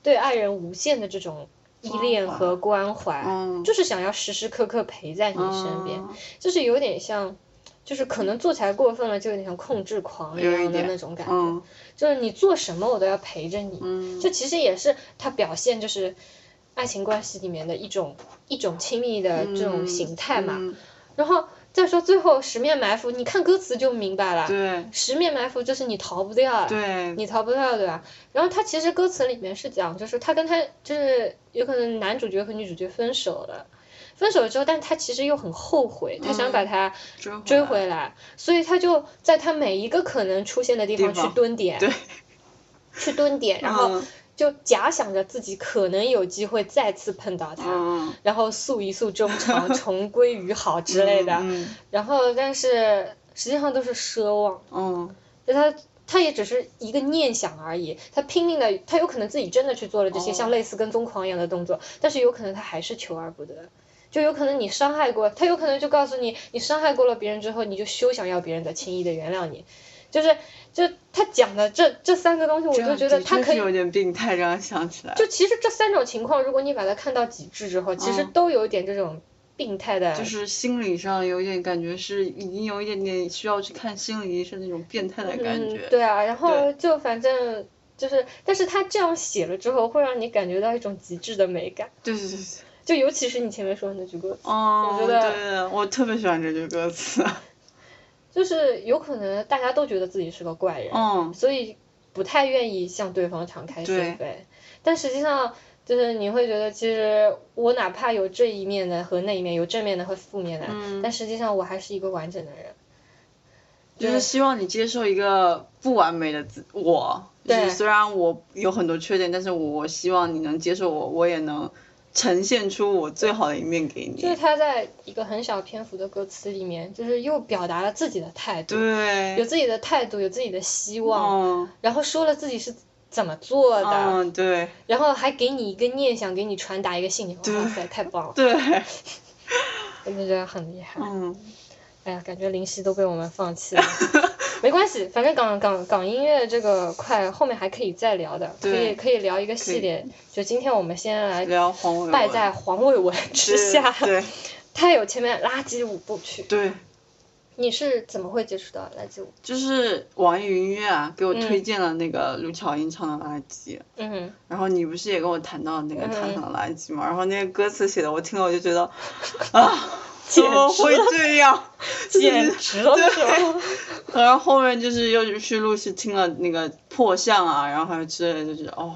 [SPEAKER 1] 对爱人无限的这种依恋和关怀，
[SPEAKER 2] 嗯
[SPEAKER 1] 就是想要时时刻刻陪在你身边，
[SPEAKER 2] 嗯
[SPEAKER 1] 就是有点像。就是可能做起来过分了，就有点像控制狂一
[SPEAKER 2] 有一
[SPEAKER 1] 样的
[SPEAKER 2] 点
[SPEAKER 1] 那种感觉，
[SPEAKER 2] 嗯
[SPEAKER 1] 就是你做什么我都要陪着你，
[SPEAKER 2] 嗯，
[SPEAKER 1] 这其实也是它表现就是爱情关系里面的一种一种亲密的这种
[SPEAKER 2] 嗯
[SPEAKER 1] 形态嘛。
[SPEAKER 2] 嗯
[SPEAKER 1] 然后再说最后十面埋伏，你看歌词就明白了，
[SPEAKER 2] 对
[SPEAKER 1] 十面埋伏就是你逃不掉了。
[SPEAKER 2] 对，
[SPEAKER 1] 你逃不掉对吧？然后他其实歌词里面是讲，就是他跟他就是有可能男主角和女主角分手了，分手了之后，但他其实又很后悔，他想
[SPEAKER 2] 嗯
[SPEAKER 1] 把他追
[SPEAKER 2] 追
[SPEAKER 1] 回来，所以他就在他每一个可能出现的地方
[SPEAKER 2] 地
[SPEAKER 1] 去
[SPEAKER 2] 方
[SPEAKER 1] 蹲点，
[SPEAKER 2] 对
[SPEAKER 1] 去蹲点， 然后
[SPEAKER 2] 嗯
[SPEAKER 1] 就假想着自己可能有机会再次碰到他，
[SPEAKER 2] 嗯
[SPEAKER 1] 然后诉一诉衷 肠，重归于好之类的。
[SPEAKER 2] 嗯
[SPEAKER 1] 然后，但是实际上都是奢望，
[SPEAKER 2] 嗯
[SPEAKER 1] 就他他也只是一个念想而已。他拼命的，他有可能自己真的去做了这些
[SPEAKER 2] 哦
[SPEAKER 1] 像类似跟踪狂一样的动作，但是有可能他还是求而不得。就有可能你伤害过他，有可能就告诉你，你伤害过了别人之后，你就休想要别人的轻易的原谅你。就是，就他讲的这这三个东西，我
[SPEAKER 2] 这
[SPEAKER 1] 就
[SPEAKER 2] 样
[SPEAKER 1] 觉得
[SPEAKER 2] 的
[SPEAKER 1] 他
[SPEAKER 2] 确
[SPEAKER 1] 可
[SPEAKER 2] 是
[SPEAKER 1] 以
[SPEAKER 2] 有点病态，这样想起来
[SPEAKER 1] 就其实这三种情况，如果你把它看到极致之后，其实
[SPEAKER 2] 嗯
[SPEAKER 1] 都有一点这种病态的，
[SPEAKER 2] 就是心理上有一点感觉是已经有一点点需要去看心理医生那种变态的感
[SPEAKER 1] 嗯
[SPEAKER 2] 觉，，
[SPEAKER 1] 对啊，然后
[SPEAKER 2] 对
[SPEAKER 1] 就反正就是，但是他这样写了之后，会让你感觉到一种极致的美感，
[SPEAKER 2] 对对对对，
[SPEAKER 1] 就尤其是你前面说的那句歌词，
[SPEAKER 2] 哦，
[SPEAKER 1] 觉得
[SPEAKER 2] 对，我特别喜欢这句歌词，
[SPEAKER 1] 就是有可能大家都觉得自己是个怪人，
[SPEAKER 2] 嗯，
[SPEAKER 1] 所以不太愿意向对方敞开心
[SPEAKER 2] 对
[SPEAKER 1] 扉，但实际上。就是你会觉得，其实我哪怕有这一面的和那一面，有正面的和负面的，
[SPEAKER 2] 嗯
[SPEAKER 1] 但实际上我还是一个完整的人。
[SPEAKER 2] 就
[SPEAKER 1] 对
[SPEAKER 2] 是希望你接受一个不完美的自我，就
[SPEAKER 1] 对
[SPEAKER 2] 是虽然我有很多缺点，但是我希望你能接受我，我也能呈现出我最好的一面给
[SPEAKER 1] 就是
[SPEAKER 2] 你。
[SPEAKER 1] 他在一个很小篇幅的歌词里面，就是又表达了自己的态度，有
[SPEAKER 2] 对，
[SPEAKER 1] 自己的态度，有自己的希望，
[SPEAKER 2] 嗯
[SPEAKER 1] 然后说了自己是怎么做的，
[SPEAKER 2] 嗯，对
[SPEAKER 1] 然后还给你一个念想，给你传达一个信念。哇塞，太棒了！
[SPEAKER 2] 对，
[SPEAKER 1] 我就觉得很厉害。
[SPEAKER 2] 嗯，
[SPEAKER 1] 哎呀，感觉林夕都被我们放弃 了。没关系，反正港港港音乐这个块后面还可以再聊的，可以
[SPEAKER 2] 对
[SPEAKER 1] 可以聊一个系列。就今天我们先来
[SPEAKER 2] 聊黄伟文
[SPEAKER 1] 拜在黄伟文之下，
[SPEAKER 2] 对
[SPEAKER 1] 他有前面垃圾五部曲，
[SPEAKER 2] 对，
[SPEAKER 1] 你是怎么会接触到垃圾舞？
[SPEAKER 2] 就是网易云音乐啊，给我
[SPEAKER 1] 嗯
[SPEAKER 2] 推荐了那个卢巧音唱的《垃圾》。
[SPEAKER 1] 嗯，
[SPEAKER 2] 然后你不是也跟我谈到那个
[SPEAKER 1] 嗯
[SPEAKER 2] 《糖糖垃圾》嘛，然后那个歌词写的，我听了我就 觉得，啊，怎么
[SPEAKER 1] 简直
[SPEAKER 2] 会这样？
[SPEAKER 1] 简直了，是吧
[SPEAKER 2] 然后后面就是又去陆续听了那个《破相》啊，然后还有之类的，就是哦，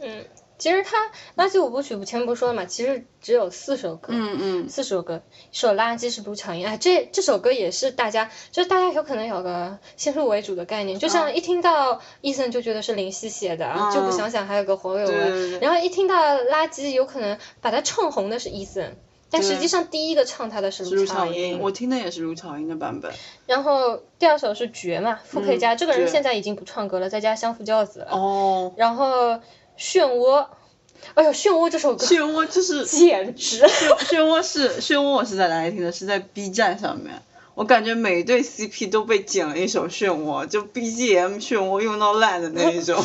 [SPEAKER 1] 嗯，其实他垃圾五部曲，我前不是说了嘛，其实只有四首歌，
[SPEAKER 2] 嗯嗯，
[SPEAKER 1] 四首歌，一首垃圾是卢巧音，哎，这这首歌也是大家，就是大家有可能有个先入为主的概念，就像一听到伊森就觉得是林夕写的，
[SPEAKER 2] 嗯
[SPEAKER 1] 就不想想还有个黄伟
[SPEAKER 2] 对
[SPEAKER 1] 文，
[SPEAKER 2] 对对对，
[SPEAKER 1] 然后一听到垃圾，有可能把它唱红的是伊森。但
[SPEAKER 2] 对
[SPEAKER 1] 实际上，第一个唱他的是
[SPEAKER 2] 是卢
[SPEAKER 1] 巧
[SPEAKER 2] 巧音，我听的也是卢巧音的版本。
[SPEAKER 1] 然后第二首是绝嘛，傅佩嘉、
[SPEAKER 2] 嗯
[SPEAKER 1] 这个人
[SPEAKER 2] 绝
[SPEAKER 1] 现在已经不唱歌了，在家相夫教子了。
[SPEAKER 2] 哦，
[SPEAKER 1] 然后漩涡，哎呦，漩涡这首歌
[SPEAKER 2] 漩涡就是漩
[SPEAKER 1] 简直，
[SPEAKER 2] 漩涡是漩涡，我是在哪里听的？是在 B 站上面。我感觉每一对 CP 都被剪了一首漩涡，就 BGM 漩涡用到烂的那一种。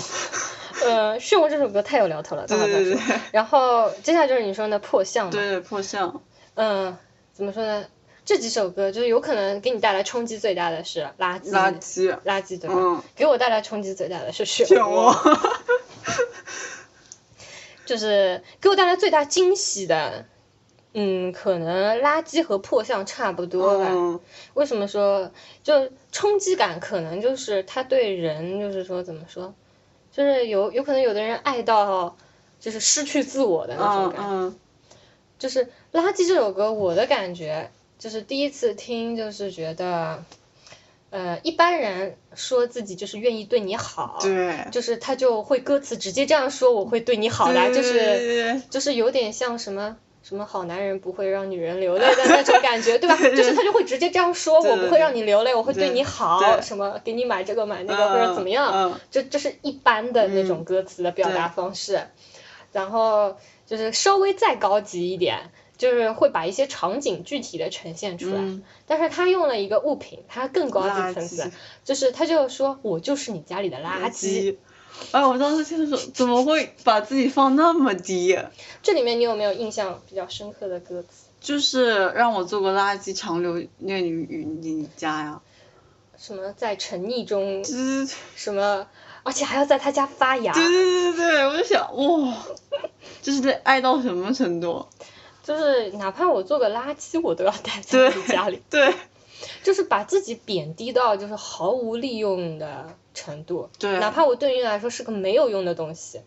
[SPEAKER 1] 呃，漩涡这首歌太有聊头了，
[SPEAKER 2] 对
[SPEAKER 1] 刚刚在
[SPEAKER 2] 对对
[SPEAKER 1] 说。
[SPEAKER 2] 对。
[SPEAKER 1] 然后接下来就是你说的破相嘛，
[SPEAKER 2] 对对，破相，
[SPEAKER 1] 嗯、怎么说呢？这几首歌就是有可能给你带来冲击最大的是垃圾，
[SPEAKER 2] 垃圾，
[SPEAKER 1] 垃圾对吧？
[SPEAKER 2] 嗯，
[SPEAKER 1] 给我带来冲击最大的是漩
[SPEAKER 2] 漩涡，
[SPEAKER 1] 就是给我带来最大惊喜的，嗯，可能垃圾和破相差不多吧。
[SPEAKER 2] 嗯
[SPEAKER 1] 为什么说就冲击感？可能就是他对人，就是说怎么说，就是有有可能有的人爱到就是失去自我的那种
[SPEAKER 2] 嗯
[SPEAKER 1] 感觉。
[SPEAKER 2] 嗯
[SPEAKER 1] 就是《垃圾》这首歌，我的感觉就是第一次听，就是觉得，呃，一般人说自己就是愿意对你好，
[SPEAKER 2] 对，
[SPEAKER 1] 就是他就会歌词直接这样说，我会对你好啦，
[SPEAKER 2] 对
[SPEAKER 1] 就是
[SPEAKER 2] 对对对
[SPEAKER 1] 就是有点像什么。什么好男人不会让女人流泪的那种感觉，对吧？
[SPEAKER 2] 对
[SPEAKER 1] 就是他就会直接这样说，
[SPEAKER 2] 对
[SPEAKER 1] 我
[SPEAKER 2] 对
[SPEAKER 1] 不会让你流泪，我会对
[SPEAKER 2] 对
[SPEAKER 1] 你好，
[SPEAKER 2] 对
[SPEAKER 1] 什么给你买这个买那个
[SPEAKER 2] 嗯
[SPEAKER 1] 或者怎么样，
[SPEAKER 2] 嗯
[SPEAKER 1] 这这是一般的那种歌词的表达方式，然后就是稍微再高级一点，就是会把一些场景具体的呈现出来。
[SPEAKER 2] 嗯
[SPEAKER 1] 但是他用了一个物品，他更高级层
[SPEAKER 2] 垃
[SPEAKER 1] 次
[SPEAKER 2] 圾，
[SPEAKER 1] 就是他就说我就是你家里的垃圾。。
[SPEAKER 2] 哎，我当时听的时候，怎么会把自己放那么低？
[SPEAKER 1] 这里面你有没有印象比较深刻的歌词？
[SPEAKER 2] 就是让我做个垃圾长流念于与你家呀，
[SPEAKER 1] 什么在沉溺中，
[SPEAKER 2] 就是
[SPEAKER 1] 什么，而且还要在他家发芽，
[SPEAKER 2] 对对对对，我就想哇，这是得爱到什么程度？
[SPEAKER 1] 就是哪怕我做个垃圾，我都要带在
[SPEAKER 2] 对
[SPEAKER 1] 自己家里。
[SPEAKER 2] 对
[SPEAKER 1] 就是把自己贬低到就是毫无利用的程度，
[SPEAKER 2] 对
[SPEAKER 1] 哪怕我对于来说是个没有用的东西，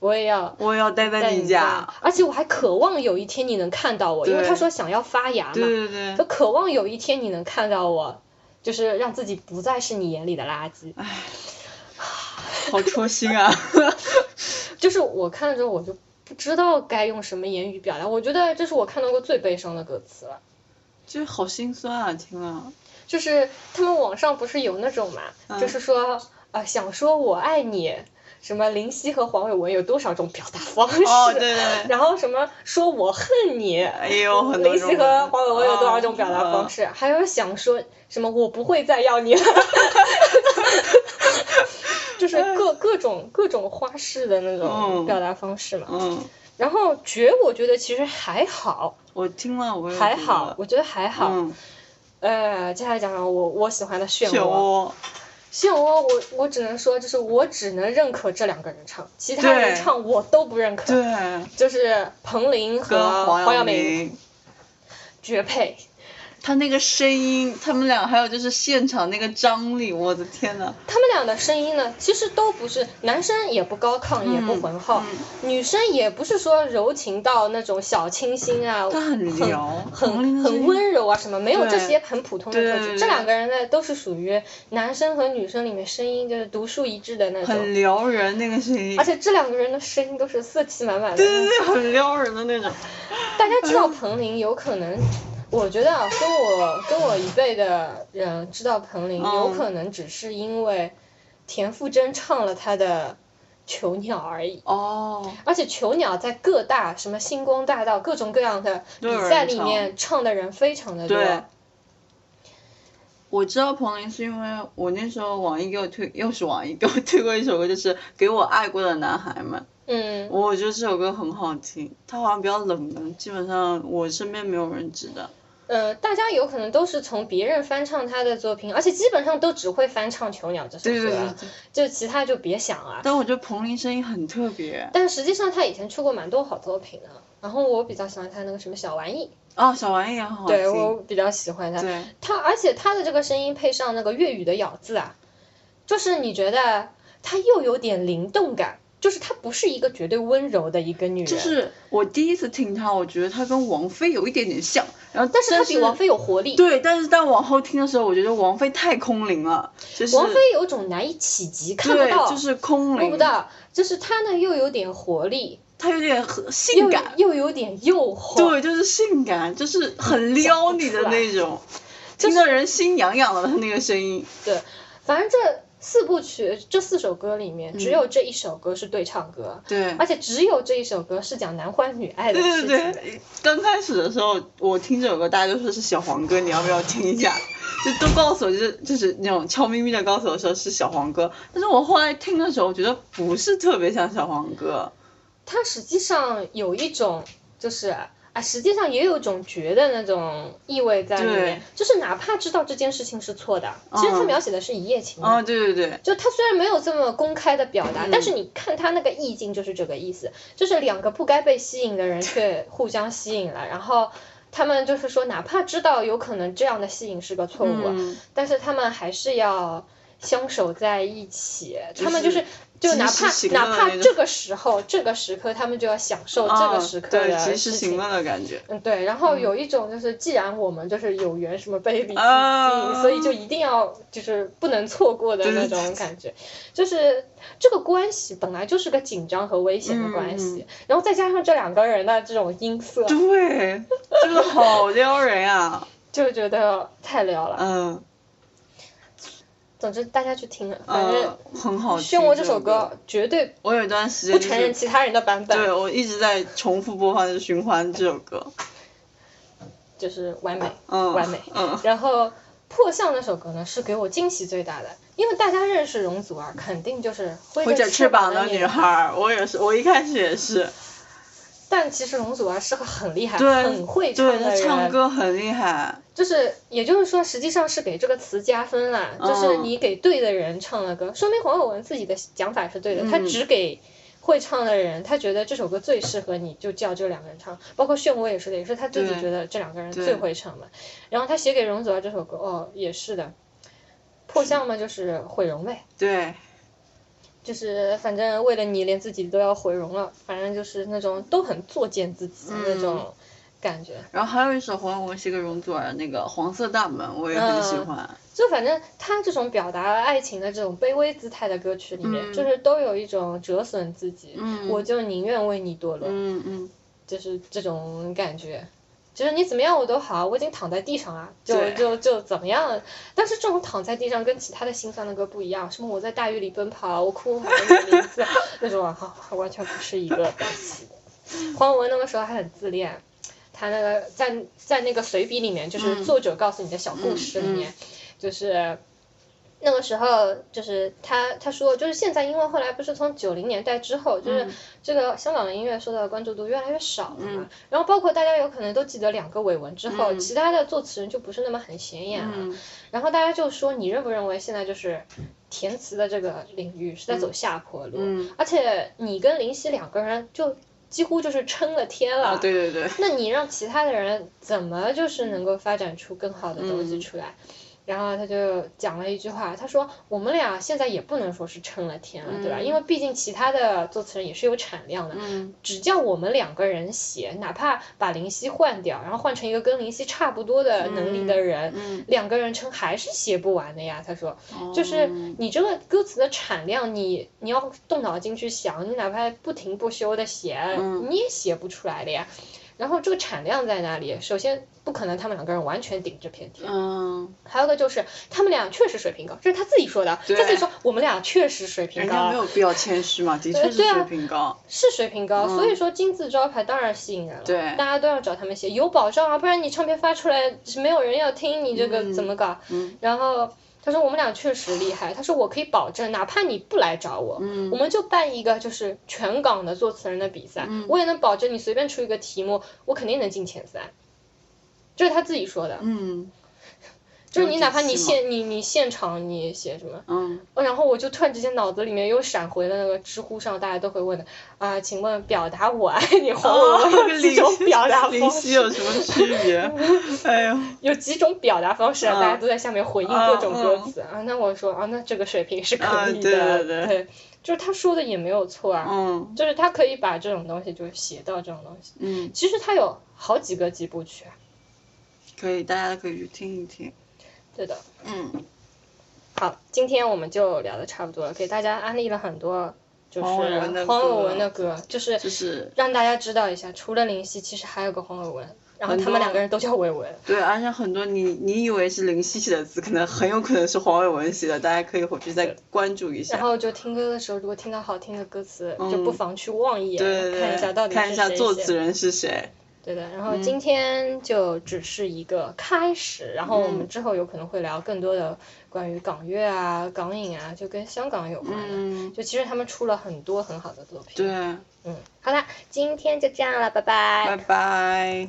[SPEAKER 1] 我也要
[SPEAKER 2] 我也要待在
[SPEAKER 1] 在
[SPEAKER 2] 你
[SPEAKER 1] 你
[SPEAKER 2] 家。，
[SPEAKER 1] 而且我还渴望有一天你能看到我，因为
[SPEAKER 2] 对
[SPEAKER 1] 他说想要发芽
[SPEAKER 2] 对
[SPEAKER 1] 嘛，
[SPEAKER 2] 对
[SPEAKER 1] 就
[SPEAKER 2] 对，
[SPEAKER 1] 渴望有一天你能看到我，就是让自己不再是你眼里的垃圾。
[SPEAKER 2] 好戳心啊！
[SPEAKER 1] 就是我看了之后，我就不知道该用什么言语表达，我觉得这是我看到过最悲伤的歌词了。
[SPEAKER 2] 就好心酸啊，听了。
[SPEAKER 1] 就是他们网上不是有那种嘛，
[SPEAKER 2] 嗯
[SPEAKER 1] 就是说呃想说我爱你，什么林夕和黄伟文有多少种表达方式，
[SPEAKER 2] 哦，对对对，
[SPEAKER 1] 然后什么说我恨你，
[SPEAKER 2] 哎呦，很多
[SPEAKER 1] 林
[SPEAKER 2] 种嗯
[SPEAKER 1] 夕和黄伟文有多少种表达方？式，还有想说什么我不会再要 你了，就是各各种各种花式的那种
[SPEAKER 2] 哎嗯
[SPEAKER 1] 表达方式嘛。
[SPEAKER 2] 嗯嗯，
[SPEAKER 1] 然后绝我觉得其实还好，
[SPEAKER 2] 我听了我也
[SPEAKER 1] 还
[SPEAKER 2] 觉
[SPEAKER 1] 好
[SPEAKER 2] 得，
[SPEAKER 1] 我觉得还好。
[SPEAKER 2] 嗯，
[SPEAKER 1] 呃，接下来讲讲我我喜欢的漩
[SPEAKER 2] 漩涡，
[SPEAKER 1] 漩涡，我我只能说，就是我只能认可这两个人唱，其他
[SPEAKER 2] 对
[SPEAKER 1] 人唱我都不认可。
[SPEAKER 2] 对，
[SPEAKER 1] 就是彭羚
[SPEAKER 2] 跟
[SPEAKER 1] 和
[SPEAKER 2] 黄
[SPEAKER 1] 耀
[SPEAKER 2] 明。
[SPEAKER 1] 绝配，
[SPEAKER 2] 他那个声音，他们俩还有就是现场那个张力，我的天呐！
[SPEAKER 1] 他们俩的声音呢，其实都不是男生也不高亢，
[SPEAKER 2] 嗯
[SPEAKER 1] 也不浑厚，女生也不是说柔情到那种小清新啊，
[SPEAKER 2] 他很
[SPEAKER 1] 很
[SPEAKER 2] 撩，黄龄
[SPEAKER 1] 很
[SPEAKER 2] 的声
[SPEAKER 1] 很
[SPEAKER 2] 音
[SPEAKER 1] 温柔啊什么，没有
[SPEAKER 2] 对
[SPEAKER 1] 这些很普通的
[SPEAKER 2] 对
[SPEAKER 1] 特
[SPEAKER 2] 对
[SPEAKER 1] 质。
[SPEAKER 2] 对
[SPEAKER 1] 这两个人呢，都是属于男生和女生里面声音就是独树一帜的那
[SPEAKER 2] 很
[SPEAKER 1] 种，
[SPEAKER 2] 撩人那个声音
[SPEAKER 1] 而，且这两个人的声音都是色气满满的。
[SPEAKER 2] 对对对， 很撩人的那种。
[SPEAKER 1] 大
[SPEAKER 2] 嗯
[SPEAKER 1] 家知道彭羚有可能，我觉得啊，跟我跟我一辈的人知道彭羚，
[SPEAKER 2] 嗯
[SPEAKER 1] 有可能只是因为田馥甄唱了她的《囚鸟》而已。
[SPEAKER 2] 哦，
[SPEAKER 1] 而且《囚鸟》在各大什么星光大道各种各样的比赛里面唱的人非常的多。
[SPEAKER 2] 对我知道彭羚是因为我那时候网易给我推，又是网易给我推过一首歌，就是《给我爱过的男孩们》，
[SPEAKER 1] 嗯，
[SPEAKER 2] 我觉得这首歌很好听，它好像比较冷门，基本上我身边没有人知道。
[SPEAKER 1] 呃，大家有可能都是从别人翻唱她的作品，而且基本上都只会翻唱《囚鸟》这首歌，啊
[SPEAKER 2] 对对对对，
[SPEAKER 1] 就其他就别想了。
[SPEAKER 2] 但我觉得彭羚声音很特别。
[SPEAKER 1] 但实际上他以前出过蛮多好作品的，然后我比较喜欢他那个什么小玩意，
[SPEAKER 2] 哦，小玩意也很好听。
[SPEAKER 1] 对我比较喜欢他。
[SPEAKER 2] 对
[SPEAKER 1] 他而且他的这个声音配上那个粤语的咬字啊，就是你觉得他又有点灵动感，就是他不是一个绝对温柔的一个女人，
[SPEAKER 2] 就是我第一次听她，我觉得她跟王菲有一点点像，然后
[SPEAKER 1] 但是他比王菲有活力。
[SPEAKER 2] 对，但是当往后听的时候，我觉得王菲太空灵了，就是
[SPEAKER 1] 王菲有种难以企及，看不到，
[SPEAKER 2] 对，就是空
[SPEAKER 1] 摸
[SPEAKER 2] 灵，
[SPEAKER 1] 不到，就是她呢又有点活力，
[SPEAKER 2] 她有点很性
[SPEAKER 1] 又
[SPEAKER 2] 感，
[SPEAKER 1] 又有点诱惑，
[SPEAKER 2] 对，就是性感，就是很撩你的那种，听得人心痒痒的，她那个声音，
[SPEAKER 1] 对，反正这四部曲这四首歌里面，只有这一首歌是对唱歌，
[SPEAKER 2] 嗯对
[SPEAKER 1] 而。且只有这一首歌是讲男欢女爱的
[SPEAKER 2] 对
[SPEAKER 1] 事
[SPEAKER 2] 对
[SPEAKER 1] 情。
[SPEAKER 2] 对，刚开始的时候我听这首歌，大家就说是小黄歌，你要不要听一下？ 就都告诉我，就是就是那种悄咪咪的告诉我说是小黄歌，但是我后来听的时候，我觉得不是特别像小黄歌。
[SPEAKER 1] 它实际上有一种就是。啊，实际上也有种觉的那种意味在里面
[SPEAKER 2] 对，
[SPEAKER 1] 就是哪怕知道这件事情是错的，其实他
[SPEAKER 2] 嗯
[SPEAKER 1] 描写的是一夜情嘛
[SPEAKER 2] 啊，对对对，嗯
[SPEAKER 1] 就他虽然没有这么公开的表达，但是你看他那个意境就是这个意思，就是两个不该被吸引的人 却互相吸引了，然后他们就是说，哪怕知道有可能这样的吸引是个错误，
[SPEAKER 2] 嗯，
[SPEAKER 1] 但是他们还是要相守在一起，他们就是。就
[SPEAKER 2] 及
[SPEAKER 1] 哪
[SPEAKER 2] 时
[SPEAKER 1] 怕
[SPEAKER 2] 行
[SPEAKER 1] 哪
[SPEAKER 2] 乐
[SPEAKER 1] 怕
[SPEAKER 2] 那种
[SPEAKER 1] 这个时候这个时刻，他们就要享受哦这
[SPEAKER 2] 啊
[SPEAKER 1] 个时刻
[SPEAKER 2] 对
[SPEAKER 1] 的
[SPEAKER 2] 及
[SPEAKER 1] 事
[SPEAKER 2] 时
[SPEAKER 1] 情
[SPEAKER 2] 行。乐的感觉，
[SPEAKER 1] 嗯，对，然后有一种就是，既然我们就是有缘什么被理性
[SPEAKER 2] 啊
[SPEAKER 1] 所以就一定要就是不能错过的
[SPEAKER 2] 对
[SPEAKER 1] 那
[SPEAKER 2] 对
[SPEAKER 1] 种感觉，就是这个关系本来就是个紧张和危险的关
[SPEAKER 2] 嗯
[SPEAKER 1] 系，然后再加上这两个人的这种音色，
[SPEAKER 2] 对，真的好撩人啊，
[SPEAKER 1] 就觉得太撩了。
[SPEAKER 2] 嗯，
[SPEAKER 1] 总之大家去听，反正
[SPEAKER 2] 呃，很好
[SPEAKER 1] 《
[SPEAKER 2] 听。
[SPEAKER 1] 漩涡》这首
[SPEAKER 2] 歌，
[SPEAKER 1] 歌绝对
[SPEAKER 2] 我有一段时间
[SPEAKER 1] 不
[SPEAKER 2] 就
[SPEAKER 1] 承
[SPEAKER 2] 是
[SPEAKER 1] 认其他人的版
[SPEAKER 2] 对
[SPEAKER 1] 本，
[SPEAKER 2] 我一直在重复播放循环这首歌，
[SPEAKER 1] 就是完美。
[SPEAKER 2] 嗯，
[SPEAKER 1] 完美
[SPEAKER 2] 嗯，
[SPEAKER 1] 然后破相那首歌呢，是给我惊喜最大的，因为大家认识容祖儿，肯定就是挥
[SPEAKER 2] 挥着翅膀
[SPEAKER 1] 的
[SPEAKER 2] 的女
[SPEAKER 1] 孩。
[SPEAKER 2] 孩儿，我也是，我一开始也是，
[SPEAKER 1] 但其实容祖儿是个很厉害、
[SPEAKER 2] 对
[SPEAKER 1] 很会唱
[SPEAKER 2] 对
[SPEAKER 1] 的
[SPEAKER 2] 她
[SPEAKER 1] 人，
[SPEAKER 2] 唱歌很厉害，
[SPEAKER 1] 就是也就是说，实际上是给这个词加分啦，
[SPEAKER 2] 嗯
[SPEAKER 1] 就是你给对的人唱了歌，说明黄伟文自己的讲法是对的，他
[SPEAKER 2] 嗯
[SPEAKER 1] 只给。会唱的人，他觉得这首歌最适合你，就叫这两个人唱。包括漩涡也是的，也是他自己
[SPEAKER 2] 对
[SPEAKER 1] 觉得这两个人
[SPEAKER 2] 对
[SPEAKER 1] 最会唱嘛。然后他写给容祖儿这首歌，哦，也是的。破相嘛，就是毁容呗。
[SPEAKER 2] 对，
[SPEAKER 1] 就是反正为了你，连自己都要毁容了，反正就是那种都很作践自己的那种感觉。
[SPEAKER 2] 然后还有一首黄伟文写给容祖儿的那个《黄色大门》，我也很喜欢，
[SPEAKER 1] 就反正他这种表达爱情的这种卑微姿态的歌曲里面，
[SPEAKER 2] 嗯
[SPEAKER 1] 就是都有一种折损自己，
[SPEAKER 2] 嗯
[SPEAKER 1] 我就宁愿为你堕落，
[SPEAKER 2] 嗯嗯，
[SPEAKER 1] 就是这种感觉。就是你怎么样我都好，我已经躺在地上了，就
[SPEAKER 2] 对
[SPEAKER 1] 就就怎么样。但是这种躺在地上跟其他的心酸的歌不一样，什么我在大雨里奔跑，我哭喊你的名字啊 那种，哈，完全不是一个东西。黄文那个时候还很自恋，他那个在在那个随笔里面，就是
[SPEAKER 2] 嗯
[SPEAKER 1] 作者告诉你的小故事里面，就是那个时候就是他他说就是现在，因为后来不是从九零年代之后，就是
[SPEAKER 2] 嗯
[SPEAKER 1] 这个香港的音乐受到的关注度越来越少了嘛。
[SPEAKER 2] 嗯
[SPEAKER 1] 然后包括大家有可能都记得两个伟文之后，
[SPEAKER 2] 嗯
[SPEAKER 1] 其他的作词人就不是那么很显眼了。
[SPEAKER 2] 嗯
[SPEAKER 1] 然后大家就说，你认不认为现在就是填词的这个领域是在走下坡路？
[SPEAKER 2] 嗯
[SPEAKER 1] 而且你跟林夕两个人就几乎就是撑了天了。
[SPEAKER 2] 啊，对对对，
[SPEAKER 1] 那你让其他的人怎么就是能够发展出更好的东
[SPEAKER 2] 嗯
[SPEAKER 1] 西出来？然后他就讲了一句话，他说我们俩现在也不能说是撑了天了，对吧？
[SPEAKER 2] 嗯
[SPEAKER 1] 因为毕竟其他的作词人也是有产量的，
[SPEAKER 2] 嗯
[SPEAKER 1] 只叫我们两个人写，哪怕把林夕换掉，然后换成一个跟林夕差不多的能力的人，
[SPEAKER 2] 嗯，
[SPEAKER 1] 两个人撑还是写不完的呀。他说，
[SPEAKER 2] 哦
[SPEAKER 1] 就是你这个歌词的产量，你你要动脑筋去想，你哪怕不停不休的写，
[SPEAKER 2] 嗯
[SPEAKER 1] 你也写不出来的呀。然后这个产量在哪里？首先不可能他们两个人完全顶这片天，
[SPEAKER 2] 嗯，
[SPEAKER 1] 还有一个就是他们俩确实水平高，这是他自己说的，他
[SPEAKER 2] 对
[SPEAKER 1] 自己说我们俩确实水平
[SPEAKER 2] 人家
[SPEAKER 1] 高
[SPEAKER 2] 没，有必要谦虚嘛，的确是
[SPEAKER 1] 对啊
[SPEAKER 2] 水平高，
[SPEAKER 1] 是水平高，
[SPEAKER 2] 嗯
[SPEAKER 1] 所以说金字招牌当然吸引人了，
[SPEAKER 2] 对
[SPEAKER 1] 大家都要找他们写，有保障啊，不然你唱片发出来是没有人要听，你这个
[SPEAKER 2] 嗯
[SPEAKER 1] 怎么搞？
[SPEAKER 2] 嗯
[SPEAKER 1] 然后他说我们俩确实厉害，他说我可以保证，哪怕你不来找我，
[SPEAKER 2] 嗯
[SPEAKER 1] 我们就办一个就是全港的作词人的比赛，
[SPEAKER 2] 嗯
[SPEAKER 1] 我也能保证你随便出一个题目，我肯定能进前三。这是他自己说的，
[SPEAKER 2] 嗯
[SPEAKER 1] 就是你
[SPEAKER 2] 有底
[SPEAKER 1] 哪怕你
[SPEAKER 2] 气嘛
[SPEAKER 1] 现你你现场你写什么，
[SPEAKER 2] 嗯，
[SPEAKER 1] 哦然后我就突然之间脑子里面又闪回了那个知乎上大家都会问的啊、请问表达我爱 你黄
[SPEAKER 2] 哦
[SPEAKER 1] 文文有几
[SPEAKER 2] 林
[SPEAKER 1] 哦种表达
[SPEAKER 2] 林
[SPEAKER 1] 方
[SPEAKER 2] 夕
[SPEAKER 1] 式？
[SPEAKER 2] 有什么区别？哎呦，
[SPEAKER 1] 有几种表达方式啊？
[SPEAKER 2] 嗯
[SPEAKER 1] 大家都在下面回应各种歌词啊。那我说啊，那这个水平是可以的，
[SPEAKER 2] 啊对对对
[SPEAKER 1] 就是他说的也没有错啊，
[SPEAKER 2] 嗯
[SPEAKER 1] 就是他可以把这种东西就写到这种东西。
[SPEAKER 2] 嗯，
[SPEAKER 1] 其实他有好几个几部曲啊，
[SPEAKER 2] 可以，大家可以去听一听，
[SPEAKER 1] 对的。
[SPEAKER 2] 嗯，
[SPEAKER 1] 好，今天我们就聊的差不多了，给大家安利了很多就是
[SPEAKER 2] 黄伟文的
[SPEAKER 1] 黄伟
[SPEAKER 2] 歌
[SPEAKER 1] 文的歌，就是
[SPEAKER 2] 就是
[SPEAKER 1] 让大家知道一下，除了林夕，其实还有个黄伟文，然后
[SPEAKER 2] 很
[SPEAKER 1] 他
[SPEAKER 2] 多
[SPEAKER 1] 们两个人都叫伟文。
[SPEAKER 2] 对，而且很多你你以为是林夕写的字，可能很有可能是黄伟文写的，大家可以回去再关注一
[SPEAKER 1] 然
[SPEAKER 2] 下。
[SPEAKER 1] 后就听歌的时候，如果听到好听的歌词，
[SPEAKER 2] 嗯
[SPEAKER 1] 就不妨去望一眼，
[SPEAKER 2] 对对对，
[SPEAKER 1] 看一下到底是
[SPEAKER 2] 看一下
[SPEAKER 1] 谁
[SPEAKER 2] 作
[SPEAKER 1] 写
[SPEAKER 2] 词人是谁。
[SPEAKER 1] 对的，然后今天就只是一个开始，然后我们之后有可能会聊更多的关于港乐啊、港影啊，就跟香港有关的。
[SPEAKER 2] 嗯，
[SPEAKER 1] 就其实他们出了很多很好的作品。
[SPEAKER 2] 对，
[SPEAKER 1] 嗯，好啦，今天就这样了，拜拜。
[SPEAKER 2] 拜拜。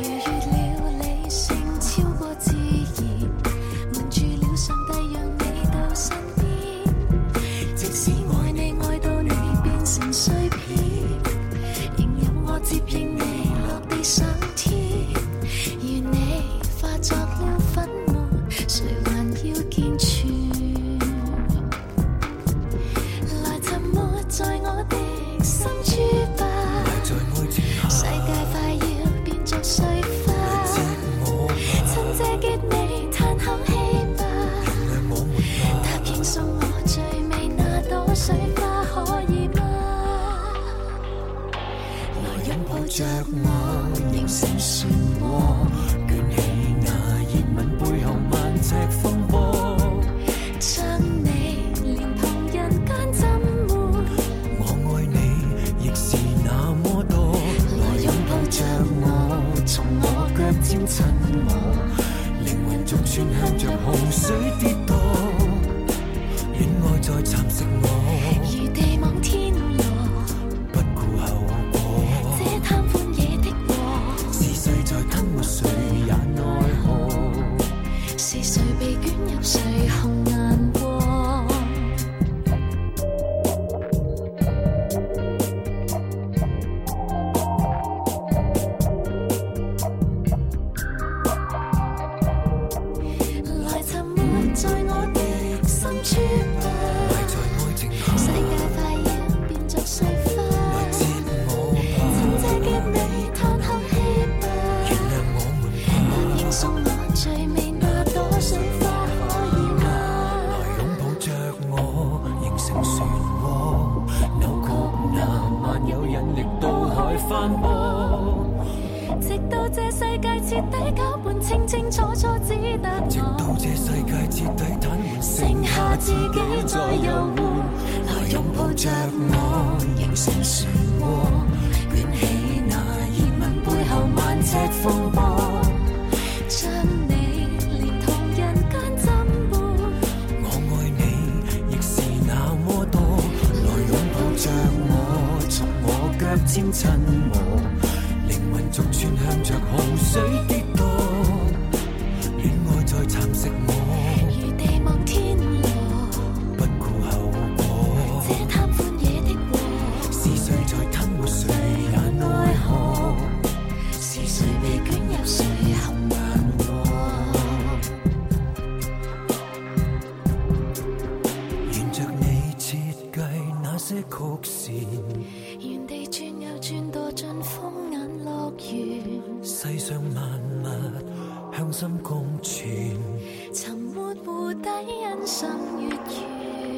[SPEAKER 4] 逾越了理性，超過自然，瞞住了上帝，讓你到身邊。即使愛你愛到你變成碎片，仍有我接應你落地上天。如你化作了粉末，誰還要見全？來沉沒在我的心珠吧，
[SPEAKER 3] 在每天
[SPEAKER 4] 世
[SPEAKER 3] 下，
[SPEAKER 4] 界快要變作碎花。
[SPEAKER 3] 我
[SPEAKER 4] 趁這結尾嘆口氣吧，
[SPEAKER 3] 我沒法
[SPEAKER 4] 答應送我最美那朵水花可以嗎？來擁抱着我，凝成漩渦，
[SPEAKER 3] 捲起那熱吻背後萬尺風波，
[SPEAKER 4] 將你連同人間浸沒。
[SPEAKER 3] 我愛你亦是那麼多，
[SPEAKER 4] 來擁抱着我，從我腳尖親我，
[SPEAKER 3] 靈魂逐串向着洪水跌墮，戀愛在蠶食我，
[SPEAKER 4] 如地望天羅，
[SPEAKER 3] 不顧後果。
[SPEAKER 4] 這貪歡野的我。
[SPEAKER 3] 是誰在吞沒誰也奈何？
[SPEAKER 4] 是誰被捲入誰紅顏過？來沉沒在我的心處吧，
[SPEAKER 3] 賴在愛情下
[SPEAKER 4] 世界快要變作碎花
[SPEAKER 3] 來。折我吧，
[SPEAKER 4] 趁這結尾嘆口氣吧
[SPEAKER 3] 原。諒我們吧，
[SPEAKER 4] 答應送我最美那朵水花可以嗎？
[SPEAKER 3] 來擁抱着我，形成漩渦，扭曲那萬有引力到海翻波，
[SPEAKER 4] 直到這世界徹底搞拌，清清楚楚只得
[SPEAKER 3] 直到
[SPEAKER 4] 我，
[SPEAKER 3] 這世界徹底癱瘓，
[SPEAKER 4] 剩
[SPEAKER 3] 剩
[SPEAKER 4] 下
[SPEAKER 3] 下
[SPEAKER 4] 自
[SPEAKER 3] 自己
[SPEAKER 4] 己再
[SPEAKER 3] 再
[SPEAKER 4] 遊
[SPEAKER 3] 遊
[SPEAKER 4] 玩
[SPEAKER 3] 玩，。來
[SPEAKER 4] 來擁
[SPEAKER 3] 擁
[SPEAKER 4] 抱
[SPEAKER 3] 抱
[SPEAKER 4] 着
[SPEAKER 3] 着
[SPEAKER 4] 我
[SPEAKER 3] 我，形
[SPEAKER 4] 形成
[SPEAKER 3] 成漩渦，
[SPEAKER 4] 漩渦捲起那熱吻背後萬尺風波，將你連同人間浸沒，
[SPEAKER 3] 我愛你亦是那麼多，來擁抱着我，從我腳尖親我，靈魂逐串向着洪水跌墮，戀愛在蠶食我，
[SPEAKER 4] 如地望天羅，
[SPEAKER 3] 不顧後
[SPEAKER 4] 這
[SPEAKER 3] 果。
[SPEAKER 4] 貪歡野的我。
[SPEAKER 3] 是誰在吞沒誰也奈何？是
[SPEAKER 4] 是
[SPEAKER 3] 誰
[SPEAKER 4] 誰被捲入誰紅顏過？
[SPEAKER 3] 沿着你設計那些曲線？
[SPEAKER 4] 原地轉又轉到盡風眼樂園，
[SPEAKER 3] 世上萬物向心共存。
[SPEAKER 4] 沉沒湖底欣賞月圓。